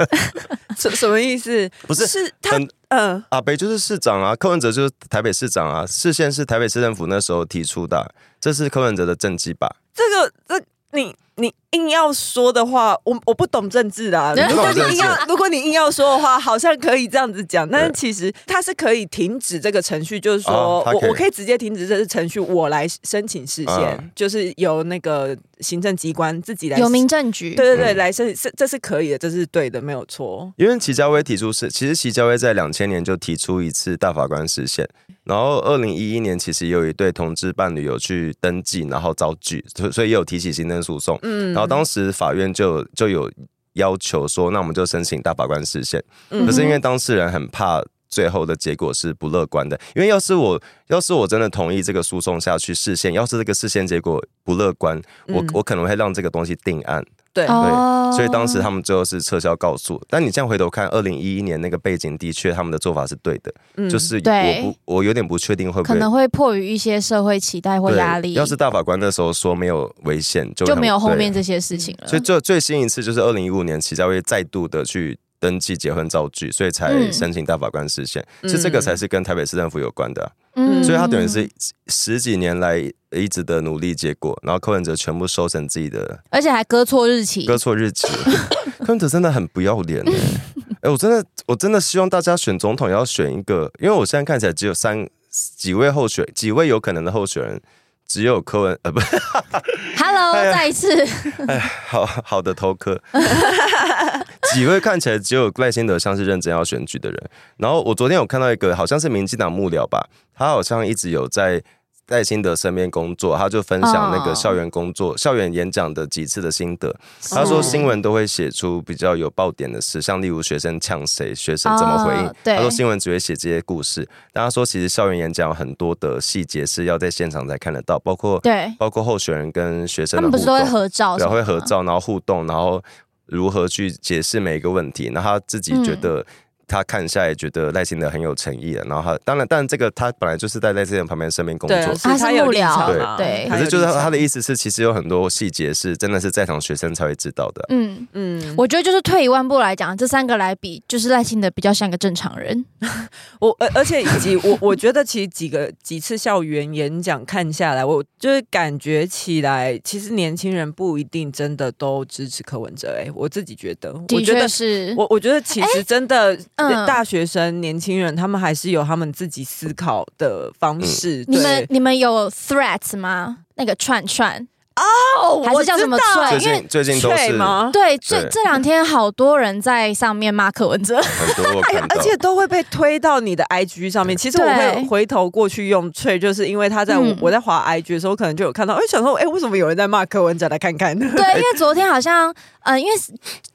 [SPEAKER 1] 什什么意思？
[SPEAKER 2] 不是
[SPEAKER 1] 是他
[SPEAKER 2] 很
[SPEAKER 1] 嗯，
[SPEAKER 2] 阿北就是市长啊，柯文哲就是台北市长啊，市县是台北市政府那时候提出的啊、这是柯文哲的政绩吧？
[SPEAKER 1] 这个这你你硬要说的话，我我不懂政治
[SPEAKER 2] (laughs)
[SPEAKER 1] 的、啊。
[SPEAKER 3] 你
[SPEAKER 1] 如
[SPEAKER 2] 懂
[SPEAKER 3] 不
[SPEAKER 1] 果你
[SPEAKER 2] 政治
[SPEAKER 1] 硬要如果你硬要说的话，好像可以这样子讲，但是其实它是可以停止这个程序，就是说、
[SPEAKER 2] 啊它可以
[SPEAKER 1] 我我可以直接停止这个程序，我来申请事先，
[SPEAKER 2] 啊
[SPEAKER 1] 就是由那个行政机关自己来。
[SPEAKER 3] 有民政局，
[SPEAKER 1] 对对对，
[SPEAKER 2] 嗯
[SPEAKER 1] 来申这这是可以的，这是对的，没有错。
[SPEAKER 2] 因为齐家威提出是，其实齐家威在两千年就提出一次大法官视线，然后二零一一年其实有一对同志伴侣有去登记，然后遭拒，所所以也有提起行政诉讼，
[SPEAKER 1] 嗯，
[SPEAKER 2] 然后当时法院就就有要求说，那我们就申请大法官视线，
[SPEAKER 1] 嗯
[SPEAKER 2] 可是因为当事人很怕。最后的结果是不乐观的，因为要是我要是我真的同意这个诉讼下去视线，要是这个视线结果不乐观，我
[SPEAKER 1] 嗯
[SPEAKER 2] 我可能会让这个东西定案，
[SPEAKER 1] 对，
[SPEAKER 3] 哦
[SPEAKER 2] 所以当时他们最后是撤销告诉。但你这样回头看，二零一一年那个背景，的确他们的做法是对的，
[SPEAKER 1] 嗯
[SPEAKER 2] 就是我
[SPEAKER 3] 对
[SPEAKER 2] 不我有点不确定会不
[SPEAKER 3] 可
[SPEAKER 2] 会
[SPEAKER 3] 能会迫于一些社会期待或
[SPEAKER 2] 对
[SPEAKER 3] 压力，
[SPEAKER 2] 要是大法官那时候说没有违宪，就
[SPEAKER 3] 就
[SPEAKER 2] 很
[SPEAKER 3] 没有后面
[SPEAKER 2] 对
[SPEAKER 3] 这些事情了。
[SPEAKER 2] 所以最最新一次就是二零一五年，齐家威再度的去登记结婚造句，所以才
[SPEAKER 3] 嗯
[SPEAKER 2] 申请大法官视线，
[SPEAKER 1] 嗯
[SPEAKER 2] 是这个才是跟台北市政府有关的啊、
[SPEAKER 1] 嗯
[SPEAKER 2] 所以他等于是十几年来一直的努力结果，然后柯文哲全部收成自己的
[SPEAKER 3] 而且还搁错日期，
[SPEAKER 2] 搁错日期，
[SPEAKER 1] (laughs)
[SPEAKER 2] 柯文哲真的很不要脸哎、哎我真的我真的希望大家选总统要选一个，因为我现在看起来只有三几位候选几位有可能的候选人，只有柯文呃不
[SPEAKER 3] Hello，
[SPEAKER 2] 哎呀
[SPEAKER 3] 再一
[SPEAKER 2] (laughs)
[SPEAKER 3] 次，
[SPEAKER 2] 好 (laughs) 好的头科，几位看起来只有赖清德像是认真要选举的人。然后我昨天有看到一个，好像是民进党幕僚吧，他好像一直有在赖清德身边工作，他就分享那个
[SPEAKER 3] 哦
[SPEAKER 2] 校园工作、校园演讲的几次的心得。他说
[SPEAKER 1] 是
[SPEAKER 2] 新闻都会写出比较有爆点的事，像例如学生呛谁，学生怎么回应。
[SPEAKER 3] 哦对
[SPEAKER 2] 他说新闻只会写这些故事，但他说其实校园演讲有很多的细节是要在现场才看得到，包括
[SPEAKER 3] 对
[SPEAKER 2] 包括候选人跟学生
[SPEAKER 3] 他
[SPEAKER 2] 的
[SPEAKER 3] 们
[SPEAKER 2] 互
[SPEAKER 3] 不
[SPEAKER 2] 动。
[SPEAKER 3] 是都会合照什
[SPEAKER 2] 对，
[SPEAKER 3] 么的
[SPEAKER 2] 会
[SPEAKER 3] 吗，
[SPEAKER 2] 合照，然后互动，然后如何去解释每一个问题。那他自己
[SPEAKER 1] 嗯
[SPEAKER 2] 觉得，他看下来觉得赖清德很有诚意了。啊然后他当然，但这个他本来就是在赖清德旁边身边工
[SPEAKER 1] 对啊，
[SPEAKER 2] 作。
[SPEAKER 1] 所以
[SPEAKER 3] 哦他
[SPEAKER 1] 他
[SPEAKER 3] 是
[SPEAKER 1] 有
[SPEAKER 3] 幕
[SPEAKER 1] 立
[SPEAKER 3] 僚
[SPEAKER 1] 场啊嘛
[SPEAKER 3] 对
[SPEAKER 2] 可是，就是他的
[SPEAKER 1] 立
[SPEAKER 2] 意思是，其实有很多细节是真的是在场学生才会知道的。
[SPEAKER 3] 嗯。
[SPEAKER 1] 嗯，
[SPEAKER 3] 我觉得就是退一万步来讲，这三个来比，就是赖清德比较像个正常人。
[SPEAKER 1] 我而而且以及我，我觉得其实几个几次校园演讲看下来，我就是感觉起来，其实年轻人不一定真的都支持柯文哲、欸。哎，我自己觉得，我
[SPEAKER 3] 的
[SPEAKER 1] 觉得
[SPEAKER 3] 确。是，
[SPEAKER 1] 我我觉得其实真的，
[SPEAKER 3] 嗯
[SPEAKER 1] 大学生、年轻人他们还是有他们自己思考的
[SPEAKER 2] 嗯
[SPEAKER 1] 方式。
[SPEAKER 3] 你们
[SPEAKER 1] 对
[SPEAKER 3] 你们有 threats 吗？那个串串还是叫什么
[SPEAKER 1] 我知道
[SPEAKER 3] 对
[SPEAKER 2] 最
[SPEAKER 3] 因为
[SPEAKER 2] 近最近都
[SPEAKER 1] 脆
[SPEAKER 2] 是
[SPEAKER 1] 吗？
[SPEAKER 3] 对，这
[SPEAKER 2] 啊对
[SPEAKER 3] 这两天好多人在上面骂柯文哲，
[SPEAKER 2] 很多我看到
[SPEAKER 1] 哎而且都会被推到你的 IG 上面。其实我
[SPEAKER 3] 对
[SPEAKER 1] 会回头过去用脆，就是因为他在我
[SPEAKER 3] 嗯
[SPEAKER 1] 我在滑 IG 的时候，可能就有看到，哎，想说，哎，为什么有人在骂柯文哲？来看看。
[SPEAKER 3] 对，
[SPEAKER 1] (laughs)
[SPEAKER 3] 因为昨天好像，呃，因为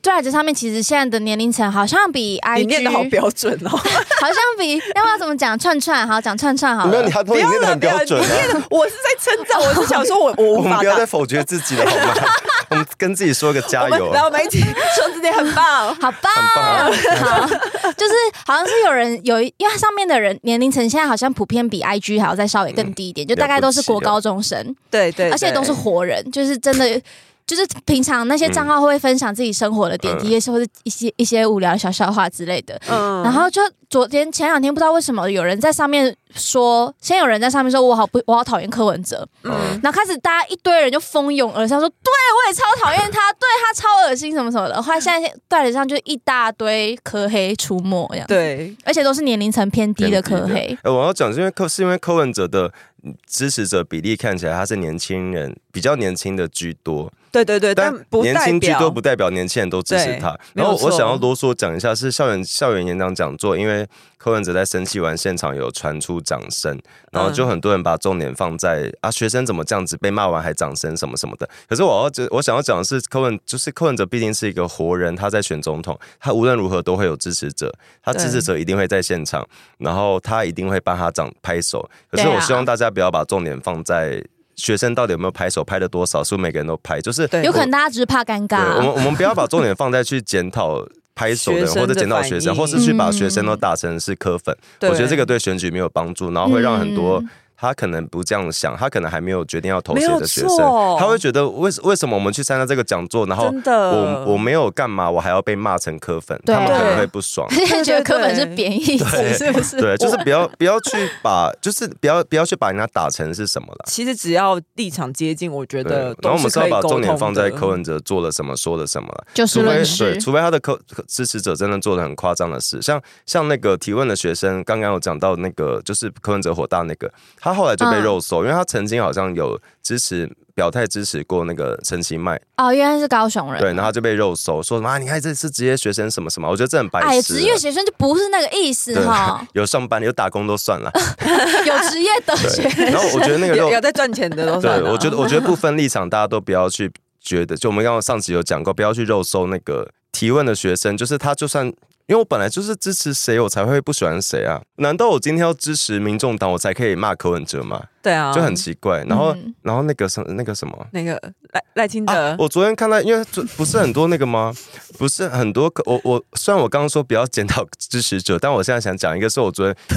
[SPEAKER 3] threats 上面其实现在的年龄层好像比 IG
[SPEAKER 1] 你念的好标准
[SPEAKER 3] (laughs)
[SPEAKER 1] 哦，
[SPEAKER 3] 好像比要不要怎么讲串串好讲串串好
[SPEAKER 2] (laughs) 没有
[SPEAKER 3] 了
[SPEAKER 2] 你，还都
[SPEAKER 1] 不
[SPEAKER 2] 你
[SPEAKER 1] 要
[SPEAKER 2] 念的
[SPEAKER 1] 了，
[SPEAKER 2] 很
[SPEAKER 1] 不要
[SPEAKER 2] 标准
[SPEAKER 1] 你念
[SPEAKER 2] 啊。
[SPEAKER 1] 的，我是在称赞，我是想说
[SPEAKER 2] (laughs)
[SPEAKER 1] 我我
[SPEAKER 2] 我
[SPEAKER 1] 无
[SPEAKER 2] 们
[SPEAKER 1] 法
[SPEAKER 2] 不要
[SPEAKER 1] 打
[SPEAKER 2] 再。否决自己了，好吗？
[SPEAKER 1] (laughs)
[SPEAKER 2] 我们跟自己说个加
[SPEAKER 1] 我们
[SPEAKER 2] 油。啊
[SPEAKER 1] 来，我们一起 (laughs) 说自己很棒。
[SPEAKER 3] 好棒，好，就是好像是有人有一，因为它上面的人年龄层现在好像普遍比 IG 还要再稍微
[SPEAKER 1] 嗯
[SPEAKER 3] 更低一点，就大概都是国高中生，
[SPEAKER 1] 对对，嗯
[SPEAKER 3] 而且都是活人，就是真的。就是平常那些账号会分享自己生活的点滴，或者一些一些无聊小笑话之类的。
[SPEAKER 1] 嗯
[SPEAKER 3] (laughs) 然后就昨天前两天不知道为什么有人在上面说，先有人在上面说我好不我好讨厌柯文哲，
[SPEAKER 2] 嗯
[SPEAKER 3] 然后开始大家一堆人就蜂拥而上说，对我也超讨厌他，对他超恶心什么什么的。后来现在断脸上就一大堆柯黑出没这样，，
[SPEAKER 1] 对，
[SPEAKER 3] 而且都是年龄层偏低的柯
[SPEAKER 2] 偏
[SPEAKER 3] 黑，
[SPEAKER 2] 呃，我要讲是因为柯是因为柯文哲的嗯支持者比例看起来他是年轻人，比较年轻的居多，
[SPEAKER 1] 对对对，但不
[SPEAKER 2] 年
[SPEAKER 1] 代
[SPEAKER 2] 轻居
[SPEAKER 1] 表
[SPEAKER 2] 多不代表年轻人都支持
[SPEAKER 1] 对
[SPEAKER 2] 他。
[SPEAKER 1] 没
[SPEAKER 2] 然
[SPEAKER 1] 有
[SPEAKER 2] 后我
[SPEAKER 1] 错
[SPEAKER 2] 想要啰嗦讲一下，是校园校园演讲讲座，因为柯文哲在生气完现场有传出掌声，然后
[SPEAKER 1] 嗯
[SPEAKER 2] 就很多人把重点放在、啊学生怎么这样子被骂完还掌声什么什么的。可是我要只我想要讲的是柯文，就是柯文哲毕竟是一个活人，他在选总统，他无论如何都会有支持者，他支持者一定会在现场，然后他一定会帮他掌拍手。可是
[SPEAKER 3] 对啊
[SPEAKER 2] 我希望大家不要把重点放在。学生到底有没有拍手？拍了多少？是不是每个人都拍？就是
[SPEAKER 1] 对
[SPEAKER 3] 有可能大家只是怕尴
[SPEAKER 2] 对，我们
[SPEAKER 3] 尬，
[SPEAKER 2] 我们不要把重点放在去
[SPEAKER 1] (laughs)
[SPEAKER 2] 检讨拍手的人，
[SPEAKER 1] 学生的
[SPEAKER 2] 或者检讨学
[SPEAKER 1] 反应
[SPEAKER 2] 生，
[SPEAKER 1] 嗯
[SPEAKER 2] 或是去把学生都打成是科粉。
[SPEAKER 1] 对
[SPEAKER 2] 我觉得这个对选举没有帮助，然后会让很多。
[SPEAKER 3] 嗯
[SPEAKER 2] 他可能不这样想，他可能还没有决定要投谁
[SPEAKER 1] 没有
[SPEAKER 2] 的学生
[SPEAKER 1] 错，
[SPEAKER 2] 他会觉得为为什么我们去参加这个讲座，然后
[SPEAKER 1] 真的
[SPEAKER 2] 我
[SPEAKER 1] (laughs)
[SPEAKER 2] 我没有干嘛，我还要被骂成科粉，他们
[SPEAKER 3] 对
[SPEAKER 2] 可能会不爽。
[SPEAKER 3] (laughs) 觉得课本是贬义词，是不
[SPEAKER 1] (laughs)
[SPEAKER 3] 是？
[SPEAKER 2] 对，就是不要不要去把，就是不要不要去把人家打成是什么了。
[SPEAKER 1] 其实只要立场接近，我觉
[SPEAKER 2] 对，
[SPEAKER 1] 得
[SPEAKER 2] 然后
[SPEAKER 1] 都
[SPEAKER 2] 我们
[SPEAKER 1] 是
[SPEAKER 2] 是要
[SPEAKER 1] 可以
[SPEAKER 2] 把
[SPEAKER 1] 沟
[SPEAKER 2] 重
[SPEAKER 1] 通
[SPEAKER 2] 点
[SPEAKER 1] 的。
[SPEAKER 2] 放在柯文哲做了什么，说了什么了。
[SPEAKER 3] 就
[SPEAKER 2] 除
[SPEAKER 3] 事
[SPEAKER 2] 非
[SPEAKER 3] 论
[SPEAKER 2] 对，
[SPEAKER 3] 事，
[SPEAKER 2] 除非他的科支持者真的做了很夸张的事，像像那个提问的学生，刚刚有讲到那个就是柯文哲火大那个，他后来就被
[SPEAKER 3] 嗯
[SPEAKER 2] 肉搜，因为他曾经好像有支持表态支持过那个陈其迈，
[SPEAKER 3] (laughs) 哦，原来是高雄人，
[SPEAKER 2] 对，然后他就被肉搜说什么、啊、你看这是职业学生什么什么，我觉得这很白
[SPEAKER 3] 哎，
[SPEAKER 2] 痴
[SPEAKER 3] 职
[SPEAKER 2] 啊、
[SPEAKER 3] 业学生就不是那个意思
[SPEAKER 2] 对
[SPEAKER 3] 哈，，
[SPEAKER 2] 有上班有打工都
[SPEAKER 3] (laughs)
[SPEAKER 2] 算了，
[SPEAKER 3] 有职业的学
[SPEAKER 2] 对。 (laughs) 然后我觉得那个肉
[SPEAKER 1] 有有在赚钱的都算
[SPEAKER 2] (laughs)
[SPEAKER 1] 啊
[SPEAKER 2] 对，
[SPEAKER 1] 了
[SPEAKER 2] 我觉得我
[SPEAKER 1] (laughs)
[SPEAKER 2] 觉得不分立场，大家都不要去觉得，就我们刚刚上集有讲过，不要去肉搜那个提问的学生，就是他就算。因为我本来就是支持谁，我才会不喜欢谁啊？难道我今天要支持民众党，我才可以骂柯文哲吗？
[SPEAKER 1] 对啊，
[SPEAKER 2] 就很奇怪。然后，
[SPEAKER 3] 嗯
[SPEAKER 2] 然后那个什那个什么
[SPEAKER 1] 那个赖赖清德、
[SPEAKER 2] 啊，我昨天看到，因为昨不是很多那个吗？不是很多个，我我虽然我刚刚说不要检讨支持者，但我现在想讲一个，是我昨天
[SPEAKER 1] (laughs)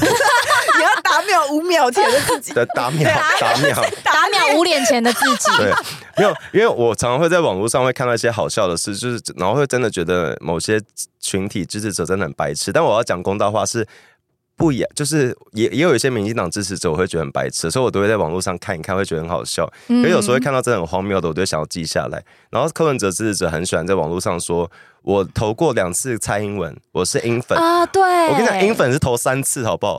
[SPEAKER 1] 你要打秒五秒前的自己，
[SPEAKER 2] 的
[SPEAKER 1] (laughs)
[SPEAKER 2] 打秒
[SPEAKER 1] 啊
[SPEAKER 2] 打秒。
[SPEAKER 3] 打秒捂脸前的自己，
[SPEAKER 2] (laughs) 对，没有，因为我常常会在网络上会看到一些好笑的事，就是然后会真的觉得某些群体支持者真的很白痴。但我要讲公道话是。不也，就是也也有一些民进党支持者，我会觉得很白痴，所以我都会在网络上看一看，会觉得很好笑。
[SPEAKER 3] 嗯
[SPEAKER 2] 可有时候会看到真的很荒谬的，我就想要记下来。然后柯文哲支持者很喜欢在网络上说：“我投过两次蔡英文，我是英粉。
[SPEAKER 3] 啊，对，
[SPEAKER 2] 我跟你讲，英粉是投三次，好不 (laughs) 好？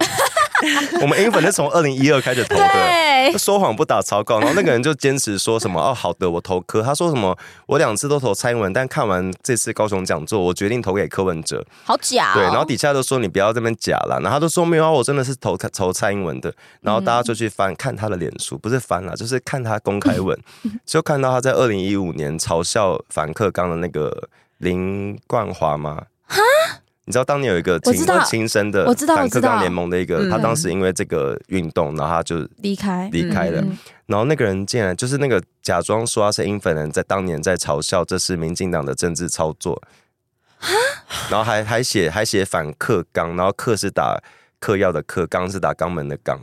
[SPEAKER 2] 我们英粉是从二零一二开始投的。
[SPEAKER 3] 对
[SPEAKER 2] 就，说谎不打草稿，然后那个人就坚持说什么哦，好的，我投科。他说什么，我两次都投蔡英文，但看完这次高雄讲座，我决定投给柯文哲。
[SPEAKER 3] 好假哦，
[SPEAKER 2] 对，然后底下都说你不要这边假了，然后他都说没有啊，我真的是投投蔡英文的。然后大家就去翻、看他的脸书，不是翻了，就是看他公开
[SPEAKER 3] (laughs)
[SPEAKER 2] 文，就看到他在二零一五年嘲笑樊克刚的那个林冠华吗？你知道当年有一个
[SPEAKER 3] 我
[SPEAKER 2] 亲
[SPEAKER 3] 知道
[SPEAKER 2] 亲生的
[SPEAKER 3] 我知道我
[SPEAKER 2] 反克
[SPEAKER 3] 知道
[SPEAKER 2] 刚联盟的一个，
[SPEAKER 1] 嗯
[SPEAKER 2] 他当时因为这个运动，然后他就
[SPEAKER 3] 离开，
[SPEAKER 2] 离开了。
[SPEAKER 3] 嗯嗯
[SPEAKER 2] 然后那个人竟然就是那个假装说他是英粉人，在当年在嘲笑这是民进党的政治操作，然后还还写还写反克刚，然后克是打嗑药的嗑，刚是打肛门的肛。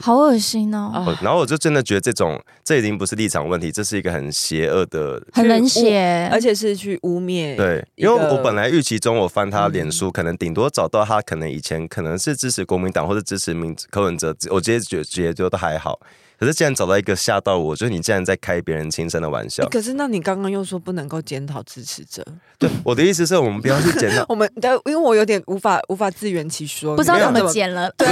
[SPEAKER 3] 好恶心哦，
[SPEAKER 1] 啊
[SPEAKER 2] 我然后我就真的觉得这种这已经不是立场问题，这是一个很邪恶的。
[SPEAKER 3] 很冷血，
[SPEAKER 2] 哎
[SPEAKER 1] 而且是去污蔑，
[SPEAKER 2] 对，
[SPEAKER 1] 一
[SPEAKER 2] 因
[SPEAKER 1] 个
[SPEAKER 2] 为我本来预期中，我翻他脸书，可能顶多找到他可能以前可能是支持国民党或者支持民柯文哲，我直接觉觉得都还好。可是竟然找到一个吓到我，就是你竟然在开别人亲生的玩笑
[SPEAKER 1] 诶。可是那你刚刚又说不能够检讨支持者，
[SPEAKER 2] 对，我的意思是我们不要去检讨
[SPEAKER 1] (laughs) ，我们但因为我有点无法无法自圆其说，
[SPEAKER 3] 不知道
[SPEAKER 1] 你
[SPEAKER 3] 怎
[SPEAKER 1] 们
[SPEAKER 3] 么剪了，
[SPEAKER 1] 对，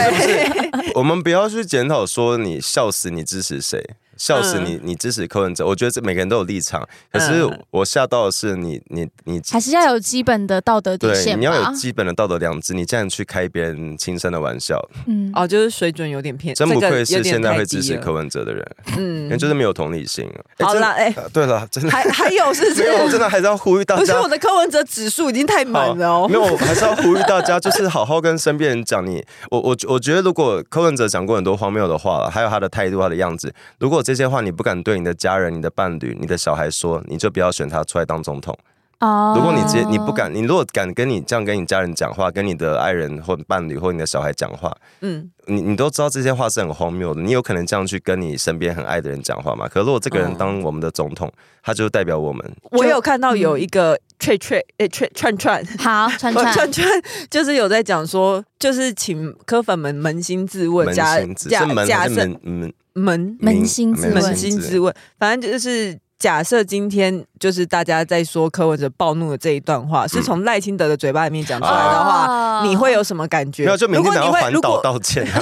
[SPEAKER 2] 我们不要去检讨说你笑死你支持谁，笑死你你支持柯文哲。我觉得这每个人都有立场，可是
[SPEAKER 1] 嗯
[SPEAKER 2] 我吓到的是你你你。
[SPEAKER 3] 还是要有基本的道德底
[SPEAKER 2] 对，
[SPEAKER 3] 线
[SPEAKER 2] 你要有
[SPEAKER 3] 吧，
[SPEAKER 2] 基本的道德良知，你竟然去开别人亲生的玩笑，
[SPEAKER 3] 嗯，
[SPEAKER 1] 哦，就是水准有点偏，
[SPEAKER 2] 真不
[SPEAKER 1] 这个
[SPEAKER 2] 愧
[SPEAKER 1] 有
[SPEAKER 2] 是
[SPEAKER 1] 点
[SPEAKER 2] 现在
[SPEAKER 1] 太
[SPEAKER 2] 会
[SPEAKER 1] 低
[SPEAKER 2] 支持
[SPEAKER 1] 了
[SPEAKER 2] 柯文哲的人，因为
[SPEAKER 1] 嗯，
[SPEAKER 2] 就是没有同理心。诶
[SPEAKER 1] 好
[SPEAKER 2] 真的
[SPEAKER 1] 啦哎诶
[SPEAKER 2] 呃对了，真的
[SPEAKER 1] (laughs) 还还有是不
[SPEAKER 2] 没有，我
[SPEAKER 1] 是？
[SPEAKER 2] 真的还是要呼吁大
[SPEAKER 1] 不是
[SPEAKER 2] 家
[SPEAKER 1] 我，的柯文哲指数已经太
[SPEAKER 2] 好，
[SPEAKER 1] 满了哦
[SPEAKER 2] 没，有，我还是要呼吁大家，就是好好跟身边人讲你。我我我觉得，如果柯文哲讲过很多荒谬的话了，还有他的态度、他的样子，如果这些话你不敢对你的家人、你的伴侣、你的小孩说，你就不要选他出来当总统。
[SPEAKER 3] 哦
[SPEAKER 2] 如果你直接你不，敢，你如果敢跟你这样跟你家人讲话，跟你的爱人或伴侣或你的小孩讲话，
[SPEAKER 1] 嗯，
[SPEAKER 2] 你你都知道这些话是很荒谬的，你有可能这样去跟你身边很爱的人讲话嘛？可如果这个人
[SPEAKER 1] 嗯
[SPEAKER 2] 当我们的总统，他就代表我们。
[SPEAKER 1] 我有看到
[SPEAKER 2] 嗯
[SPEAKER 1] 有一个串串诶串串串。
[SPEAKER 3] 好，串
[SPEAKER 1] 我
[SPEAKER 3] 串
[SPEAKER 1] 串串就是有在讲说，就是请柯粉们扪心自问，
[SPEAKER 2] 扪
[SPEAKER 1] 假
[SPEAKER 2] 心自
[SPEAKER 1] 假
[SPEAKER 2] 是门还
[SPEAKER 1] 假
[SPEAKER 2] 是
[SPEAKER 1] 设
[SPEAKER 2] 门门
[SPEAKER 1] 扪
[SPEAKER 3] 扪心自问
[SPEAKER 1] 扪心自问，反正就是假设今天就是大家在说柯文哲暴怒的这一段话，是从赖清德的嘴巴里面讲出来的话，
[SPEAKER 2] 啊
[SPEAKER 3] 哦
[SPEAKER 1] 你会有什么感觉？
[SPEAKER 2] 没有，就明
[SPEAKER 1] 如
[SPEAKER 2] 天
[SPEAKER 1] 果
[SPEAKER 2] 拿
[SPEAKER 1] 你
[SPEAKER 2] 到
[SPEAKER 1] 会，
[SPEAKER 2] 环
[SPEAKER 1] 如
[SPEAKER 2] 岛
[SPEAKER 1] 果
[SPEAKER 2] 道歉
[SPEAKER 1] (laughs)
[SPEAKER 2] 啊，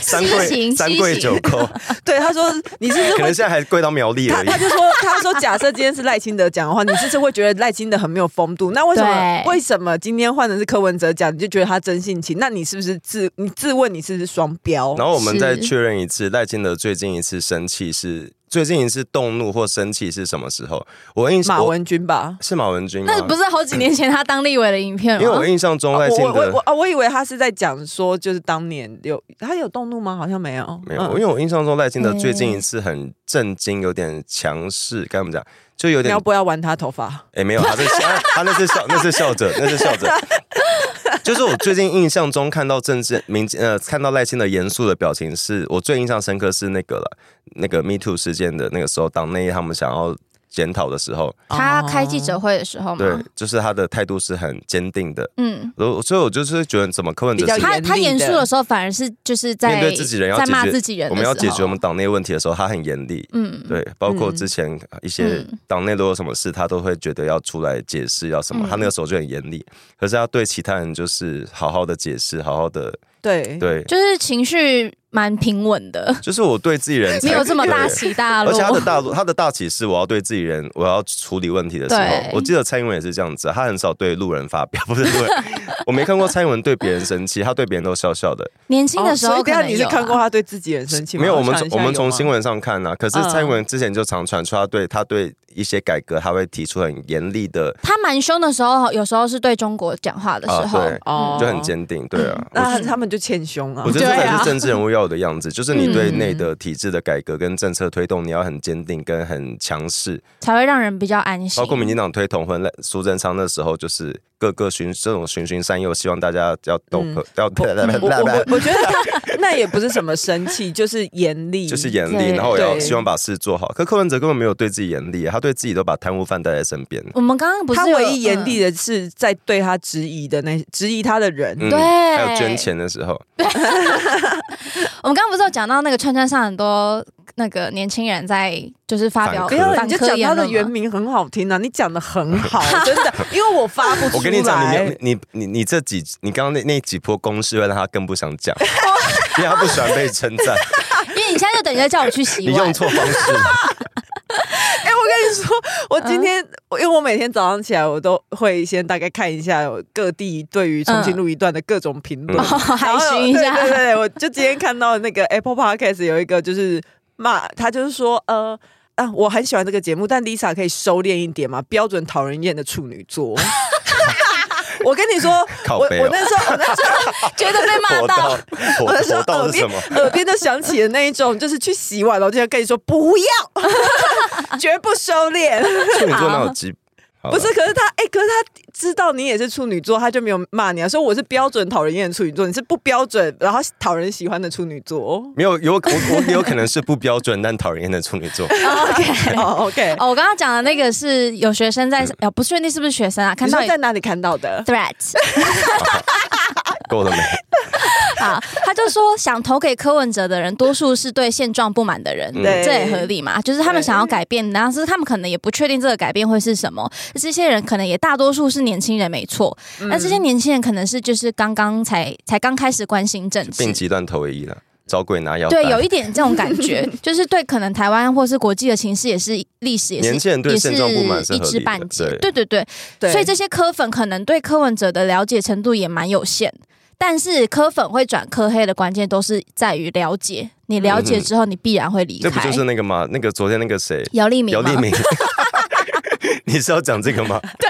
[SPEAKER 2] 三
[SPEAKER 3] 西
[SPEAKER 2] 跪
[SPEAKER 3] 行
[SPEAKER 2] 三
[SPEAKER 3] 西
[SPEAKER 2] 跪
[SPEAKER 3] 行
[SPEAKER 2] 九叩，
[SPEAKER 1] 对他说，你是不是
[SPEAKER 2] 可能
[SPEAKER 1] 会
[SPEAKER 2] 现在还跪到苗栗
[SPEAKER 1] 他
[SPEAKER 2] 而已
[SPEAKER 1] 他。就说， (laughs) 他说，假设今天是赖清德讲的话，你是不是会觉得赖清德很没有风度？那为什么
[SPEAKER 3] 对
[SPEAKER 1] 为什么今天换的是柯文哲讲，你就觉得他真性情？那你是不是自你自问你是不是双标？
[SPEAKER 2] 然后我们再
[SPEAKER 3] 是
[SPEAKER 2] 确认一次，赖清德最近一次生气是最近一次动怒或生气是什么时候？我印象
[SPEAKER 1] 马
[SPEAKER 2] 我
[SPEAKER 1] 文君吧。
[SPEAKER 2] 是马文君吗，
[SPEAKER 3] 那不是好几年前他当立委的影片
[SPEAKER 2] 因为
[SPEAKER 3] 吗
[SPEAKER 2] 我？印象中
[SPEAKER 1] 我
[SPEAKER 2] 赖清
[SPEAKER 1] 我我
[SPEAKER 2] 德
[SPEAKER 1] 我啊，我以为他是在讲说，就是当年有他有动怒吗？好像没有，
[SPEAKER 2] 没有，因
[SPEAKER 1] 嗯
[SPEAKER 2] 为我印象中赖清德最近
[SPEAKER 3] 嗯
[SPEAKER 2] 一次很震惊，有点强势，该怎么讲？就有
[SPEAKER 1] 你
[SPEAKER 2] 点
[SPEAKER 1] 要不要玩他头发？
[SPEAKER 2] 哎、没有，他是他他那是笑， (laughs) 那是笑着，那是笑着。就是我最近印象中看到政治民呃，看到赖清德严肃的表情是，我最印象深刻是那个了，那个 Me Too 事件的那个时候，党内他们想要检讨的时候，
[SPEAKER 3] 他开记者会的时候
[SPEAKER 2] 对
[SPEAKER 3] 嘛，，
[SPEAKER 2] 就是他的态度是很坚定的。
[SPEAKER 3] 嗯，
[SPEAKER 2] 我所以，我就是觉得怎么柯文哲
[SPEAKER 1] 比较
[SPEAKER 2] 是
[SPEAKER 3] 他他
[SPEAKER 1] 严
[SPEAKER 3] 严
[SPEAKER 1] 厉的
[SPEAKER 3] 肃的时候反而是就是
[SPEAKER 2] 面
[SPEAKER 3] 在
[SPEAKER 2] 对自己人要
[SPEAKER 3] 在
[SPEAKER 2] 解
[SPEAKER 3] 骂
[SPEAKER 2] 决
[SPEAKER 3] 自己人，
[SPEAKER 2] 我们要解决我们，党内问题的时候，他很严厉。
[SPEAKER 3] 嗯，
[SPEAKER 2] 对，包括
[SPEAKER 1] 嗯
[SPEAKER 2] 之前一些
[SPEAKER 3] 嗯
[SPEAKER 2] 党内如果有什么事，他都会觉得要出来解释要什么，
[SPEAKER 3] 嗯
[SPEAKER 2] 他那个时候就很严厉。可是他对其他人就是好好的解释，好好的
[SPEAKER 1] 对，
[SPEAKER 2] 对，
[SPEAKER 3] 嗯就是情绪蛮平稳的，
[SPEAKER 2] 就是我对自己人
[SPEAKER 3] (laughs) 没
[SPEAKER 2] 才
[SPEAKER 3] 有这么大
[SPEAKER 2] 对
[SPEAKER 3] 起
[SPEAKER 2] (laughs)
[SPEAKER 3] 大
[SPEAKER 2] 而
[SPEAKER 3] 落
[SPEAKER 2] 且。他的大他的大启示，我要对自己人，我要处理问题的时
[SPEAKER 3] 对
[SPEAKER 2] 候，我记得蔡英文也是这样子，啊他很少对路人发表，不是路
[SPEAKER 3] (laughs)
[SPEAKER 2] 人，我没看过蔡英文对别人生气，他对别人都笑笑的。
[SPEAKER 3] 年轻的时
[SPEAKER 1] 哦
[SPEAKER 3] 候
[SPEAKER 1] 所以
[SPEAKER 3] 可
[SPEAKER 1] 等一下
[SPEAKER 3] 能
[SPEAKER 1] 你是
[SPEAKER 3] 有
[SPEAKER 1] 看过
[SPEAKER 3] 啊，
[SPEAKER 1] 他对自己很生气吗？
[SPEAKER 2] 没有，我们
[SPEAKER 1] 想
[SPEAKER 2] 从
[SPEAKER 1] 一下
[SPEAKER 2] 我们从
[SPEAKER 1] 有吗
[SPEAKER 2] 新闻上看啊，可是
[SPEAKER 1] 嗯
[SPEAKER 2] 蔡英文之前就常传出他对他对一些改革，他会提出很严厉的。
[SPEAKER 3] 他蛮凶的时候，有时候是对中国讲话的时候嗯
[SPEAKER 2] 啊对，
[SPEAKER 1] 哦嗯
[SPEAKER 2] 就很坚定，对啊。我
[SPEAKER 1] 那他们就欠凶啊嗯
[SPEAKER 2] 我。觉得这
[SPEAKER 3] 对啊
[SPEAKER 2] 才是政治人物要有的样子，就是你对内的体制的改革跟政策推动，你要很坚定跟很强势。
[SPEAKER 3] 才会让人比较安心。
[SPEAKER 2] 包括民进党推同婚，苏贞昌那时候就是各个循这种循循善诱，希望大家要都
[SPEAKER 1] 嗯
[SPEAKER 2] 可 (laughs) 要不
[SPEAKER 1] 我
[SPEAKER 2] 不
[SPEAKER 1] 我我
[SPEAKER 2] 不
[SPEAKER 1] 我觉得他那也不是什么生气，就是严厉，
[SPEAKER 2] (laughs) 就是严厉，
[SPEAKER 3] 对
[SPEAKER 2] 然后我要
[SPEAKER 1] 对
[SPEAKER 2] 希望把事做好。可柯文哲根本没有对自己严厉，他对自己都把贪污犯带在身边。
[SPEAKER 3] 我们刚刚不是
[SPEAKER 1] 他
[SPEAKER 3] 有
[SPEAKER 1] 唯一严厉
[SPEAKER 3] 嗯
[SPEAKER 1] 的是在对他质疑的那质疑他的人，
[SPEAKER 2] 嗯
[SPEAKER 3] 对
[SPEAKER 2] 还有捐钱的时候，
[SPEAKER 3] 我们刚刚不是有讲到那个串串上很多那个年轻人在就是发表
[SPEAKER 1] 不
[SPEAKER 2] 反科
[SPEAKER 1] 要了，
[SPEAKER 3] 反
[SPEAKER 1] 你就
[SPEAKER 3] 科
[SPEAKER 1] 讲
[SPEAKER 3] 言
[SPEAKER 1] 他的
[SPEAKER 3] 论
[SPEAKER 1] 原
[SPEAKER 3] 嘛
[SPEAKER 1] 名很好听啊，你讲的很好，真
[SPEAKER 2] (laughs)
[SPEAKER 1] 的，因为我发不出来。
[SPEAKER 2] 我跟你讲，你没有你你你这几你刚刚那那几波公式会让他更不想讲，因为他不喜欢被称赞。
[SPEAKER 3] 因为你现在就等于在叫我去洗
[SPEAKER 2] (laughs) 你用
[SPEAKER 3] 碗，
[SPEAKER 2] 错
[SPEAKER 3] (laughs)
[SPEAKER 2] 方式了，
[SPEAKER 1] 哎、我跟你说，
[SPEAKER 2] 嗯
[SPEAKER 1] 我今天、因为我每天早上起来，我都会先大概看一下我各地对于重庆路一段的各种评论，
[SPEAKER 2] 嗯
[SPEAKER 1] 然后
[SPEAKER 3] 海巡一下
[SPEAKER 1] 对对对，我就今天看到那个 Apple Podcast 有一个就是骂他，就是说呃。啊，我很喜欢这个节目，但 Lisa 可以收敛一点嘛？标准讨人厌的处女
[SPEAKER 2] (laughs)
[SPEAKER 1] 座。我跟你说，
[SPEAKER 2] 靠
[SPEAKER 1] 我
[SPEAKER 2] 背哦
[SPEAKER 1] 我那时候，我那时候
[SPEAKER 3] 觉得被
[SPEAKER 2] (laughs)
[SPEAKER 3] 骂
[SPEAKER 2] 火
[SPEAKER 3] 到
[SPEAKER 2] 到。火
[SPEAKER 1] 我那时
[SPEAKER 2] 火
[SPEAKER 1] 候
[SPEAKER 2] 到
[SPEAKER 1] 耳
[SPEAKER 2] 是什
[SPEAKER 1] 边
[SPEAKER 2] 么？
[SPEAKER 1] 耳边就响起了那一种，就是去洗碗了，我就要跟你说不要，
[SPEAKER 2] (laughs)
[SPEAKER 1] 绝不收敛。
[SPEAKER 2] 处女座哪有鸡？好了
[SPEAKER 1] 不是，，可是他，哎、可是他知道你也是处女座，他就没有骂你啊，说我是标准讨人厌的处女座，你是不标准，然后讨人喜欢的处女座。
[SPEAKER 2] 没有有我我有可能是不标准但讨人厌的处女座。
[SPEAKER 3] (laughs) (laughs)
[SPEAKER 1] (laughs)
[SPEAKER 3] OK。
[SPEAKER 1] 哦，OK，
[SPEAKER 3] 哦，我刚刚讲的那个是有学生
[SPEAKER 2] 嗯
[SPEAKER 3] 在，呃，不确定是不是学生啊，看
[SPEAKER 1] 你
[SPEAKER 3] 到
[SPEAKER 1] 说在哪里看到的？
[SPEAKER 3] threat，
[SPEAKER 2] 够了没？
[SPEAKER 3] 好，啊他就说想投给柯文哲的人，多数是对现状不满的人，
[SPEAKER 2] 嗯
[SPEAKER 1] 对，
[SPEAKER 3] 这也合。理嘛？就是他们想要改变，然后是他们可能也不确定这个改变会是什么。这些人可能也大多数是年轻人，没错。
[SPEAKER 1] 嗯
[SPEAKER 3] 那、这些年轻人可能是就是刚刚才才刚开始关心政治
[SPEAKER 2] 病。急乱投医了，找鬼拿药单。
[SPEAKER 3] 对，有一点这种感
[SPEAKER 2] (laughs)
[SPEAKER 3] 觉，就是对可能台湾或是国际的情势也是历史也是
[SPEAKER 2] 年轻人对
[SPEAKER 3] 也是
[SPEAKER 2] 现状不满是
[SPEAKER 3] 一
[SPEAKER 2] 合
[SPEAKER 3] 知
[SPEAKER 2] 理的
[SPEAKER 3] 半解，对
[SPEAKER 2] 对
[SPEAKER 3] 对对，
[SPEAKER 1] 对，
[SPEAKER 3] 所以这些科粉可能对柯文哲的了解程度也蛮有限，但是科粉会转科黑的关键都是在于了解，你了解之后你必然会离
[SPEAKER 2] 嗯这不
[SPEAKER 3] 开。
[SPEAKER 2] 就是那个吗？那个昨天那个谁，
[SPEAKER 3] 姚立明
[SPEAKER 2] 姚
[SPEAKER 3] 吗？
[SPEAKER 2] 立
[SPEAKER 3] (laughs)
[SPEAKER 2] 明。你是要讲这个吗？
[SPEAKER 1] (laughs) 哦
[SPEAKER 3] 对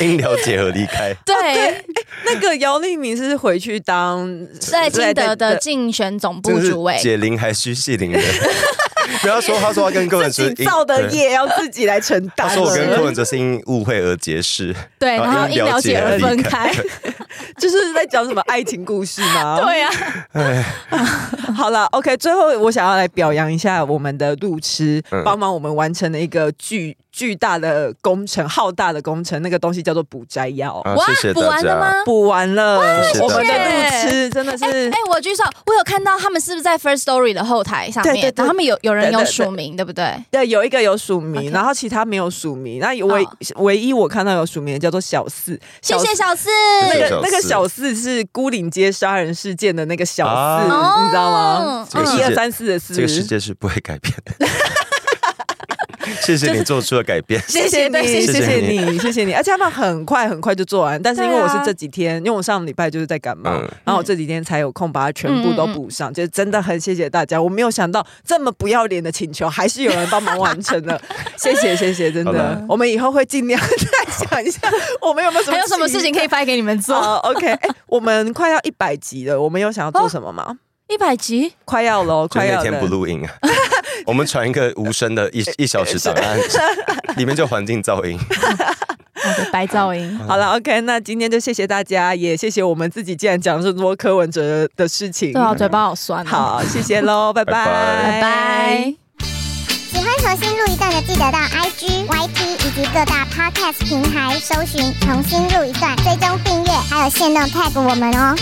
[SPEAKER 2] 因疗结合离
[SPEAKER 3] (laughs)
[SPEAKER 2] 开，
[SPEAKER 3] 对，
[SPEAKER 1] 那个姚立明是回去当
[SPEAKER 3] 在金德的
[SPEAKER 1] 对
[SPEAKER 3] 竞选总
[SPEAKER 2] 真
[SPEAKER 3] 部
[SPEAKER 2] 的是
[SPEAKER 3] 主委，
[SPEAKER 2] 解铃还需系铃人。 (laughs) 不要说他说他跟柯文哲
[SPEAKER 1] 自己造的
[SPEAKER 2] 因对
[SPEAKER 1] 业要自己来承
[SPEAKER 2] 他
[SPEAKER 1] 担
[SPEAKER 2] 说我跟柯
[SPEAKER 1] (laughs) 了，
[SPEAKER 2] 文哲是因误会而结识，
[SPEAKER 3] 对，
[SPEAKER 2] 然
[SPEAKER 3] 然
[SPEAKER 2] 后
[SPEAKER 3] 后
[SPEAKER 2] 因
[SPEAKER 3] 因
[SPEAKER 2] 了
[SPEAKER 3] 了
[SPEAKER 2] 解
[SPEAKER 3] 解
[SPEAKER 2] 而
[SPEAKER 3] 而分
[SPEAKER 2] 离
[SPEAKER 3] 开
[SPEAKER 2] 开，
[SPEAKER 1] 就是在讲什么爱情故事 (laughs) 吗？
[SPEAKER 3] (laughs) 对啊，
[SPEAKER 1] 好了，OK，最后我想要来表扬一下我们的路痴
[SPEAKER 2] 嗯，
[SPEAKER 1] 帮忙我们完成了一个巨。巨大的工程，浩大的工程，那个东西叫做补摘药。
[SPEAKER 2] 啊，
[SPEAKER 3] 哇
[SPEAKER 2] 谢谢
[SPEAKER 3] 补
[SPEAKER 2] 大
[SPEAKER 3] 完了吗
[SPEAKER 2] 家。？
[SPEAKER 1] 补完了，
[SPEAKER 2] 谢
[SPEAKER 1] 我们的
[SPEAKER 3] 谢
[SPEAKER 1] 路痴真的
[SPEAKER 3] 哎
[SPEAKER 1] 是
[SPEAKER 3] 哎、我举手，我有看到他们是不是在 First Story 的后台上面？
[SPEAKER 1] 对对对
[SPEAKER 3] 然后他们有有人
[SPEAKER 1] 对
[SPEAKER 3] 有
[SPEAKER 1] 对
[SPEAKER 3] 署名，对不对？
[SPEAKER 1] 对，有一个有署名
[SPEAKER 3] OK
[SPEAKER 1] 然后其他没有署名。那唯、唯一我看到有署名的叫做小四，
[SPEAKER 3] 谢
[SPEAKER 1] 小四
[SPEAKER 3] 谢小四，
[SPEAKER 1] 那
[SPEAKER 2] 小
[SPEAKER 1] 个
[SPEAKER 2] 四
[SPEAKER 1] 那个小四是孤岭街杀人事件的那个小四，
[SPEAKER 2] 啊
[SPEAKER 3] 哦
[SPEAKER 1] 你知道吗？
[SPEAKER 3] 这个
[SPEAKER 2] 世
[SPEAKER 1] 一
[SPEAKER 2] 界
[SPEAKER 1] 二三四的四，
[SPEAKER 2] 这个世界是不会改变的。 (laughs) 谢谢你做出了改变。
[SPEAKER 1] 谢谢你，
[SPEAKER 3] 谢
[SPEAKER 1] 谢
[SPEAKER 2] 谢
[SPEAKER 1] 谢
[SPEAKER 2] 谢
[SPEAKER 1] 你，谢谢你。 (laughs) 而且他们很快很快就做完，但是因为
[SPEAKER 3] 对啊
[SPEAKER 1] 我是这几天，因为我上礼拜就是在感冒，
[SPEAKER 2] 嗯
[SPEAKER 1] 然后我这几天才有空把它全部都补上，就是真的很谢谢大家。我没有想到这么不要脸的请求，还是有人帮忙完成
[SPEAKER 2] (laughs)
[SPEAKER 1] 了，谢谢谢谢，真
[SPEAKER 2] 好
[SPEAKER 1] 的
[SPEAKER 2] 的。
[SPEAKER 1] 我们以后会尽量 (laughs) 再想一下，我们有没有什么
[SPEAKER 3] 还有什么事情可以发给
[SPEAKER 2] (laughs)
[SPEAKER 3] 你们做？
[SPEAKER 1] 好 OK，哎、我们快要一百集了，我们有想要做什么吗？
[SPEAKER 3] 一百集，
[SPEAKER 1] 快要喽，
[SPEAKER 2] 哦
[SPEAKER 1] (laughs)
[SPEAKER 2] 就
[SPEAKER 1] 快
[SPEAKER 2] 那
[SPEAKER 1] 要
[SPEAKER 2] 天
[SPEAKER 1] 了
[SPEAKER 2] 不。录音啊， (laughs) 我们传一个无声的
[SPEAKER 1] (laughs)
[SPEAKER 2] 一一小时档案，里面就环境噪音。
[SPEAKER 3] 好的白噪音。
[SPEAKER 1] 好了，OK，那今天就谢谢大家，也谢谢我们自己，竟然讲这么多柯文哲的事情。
[SPEAKER 3] 对啊，嘴巴好酸、哦。，
[SPEAKER 1] 好，谢谢喽，拜拜，
[SPEAKER 3] 拜拜。
[SPEAKER 4] 喜欢重新录一段的，记得到 IG、YT 以及各大 Podcast 平台搜寻“重新录一段”，追踪订阅，还有限定 tag 我们哦。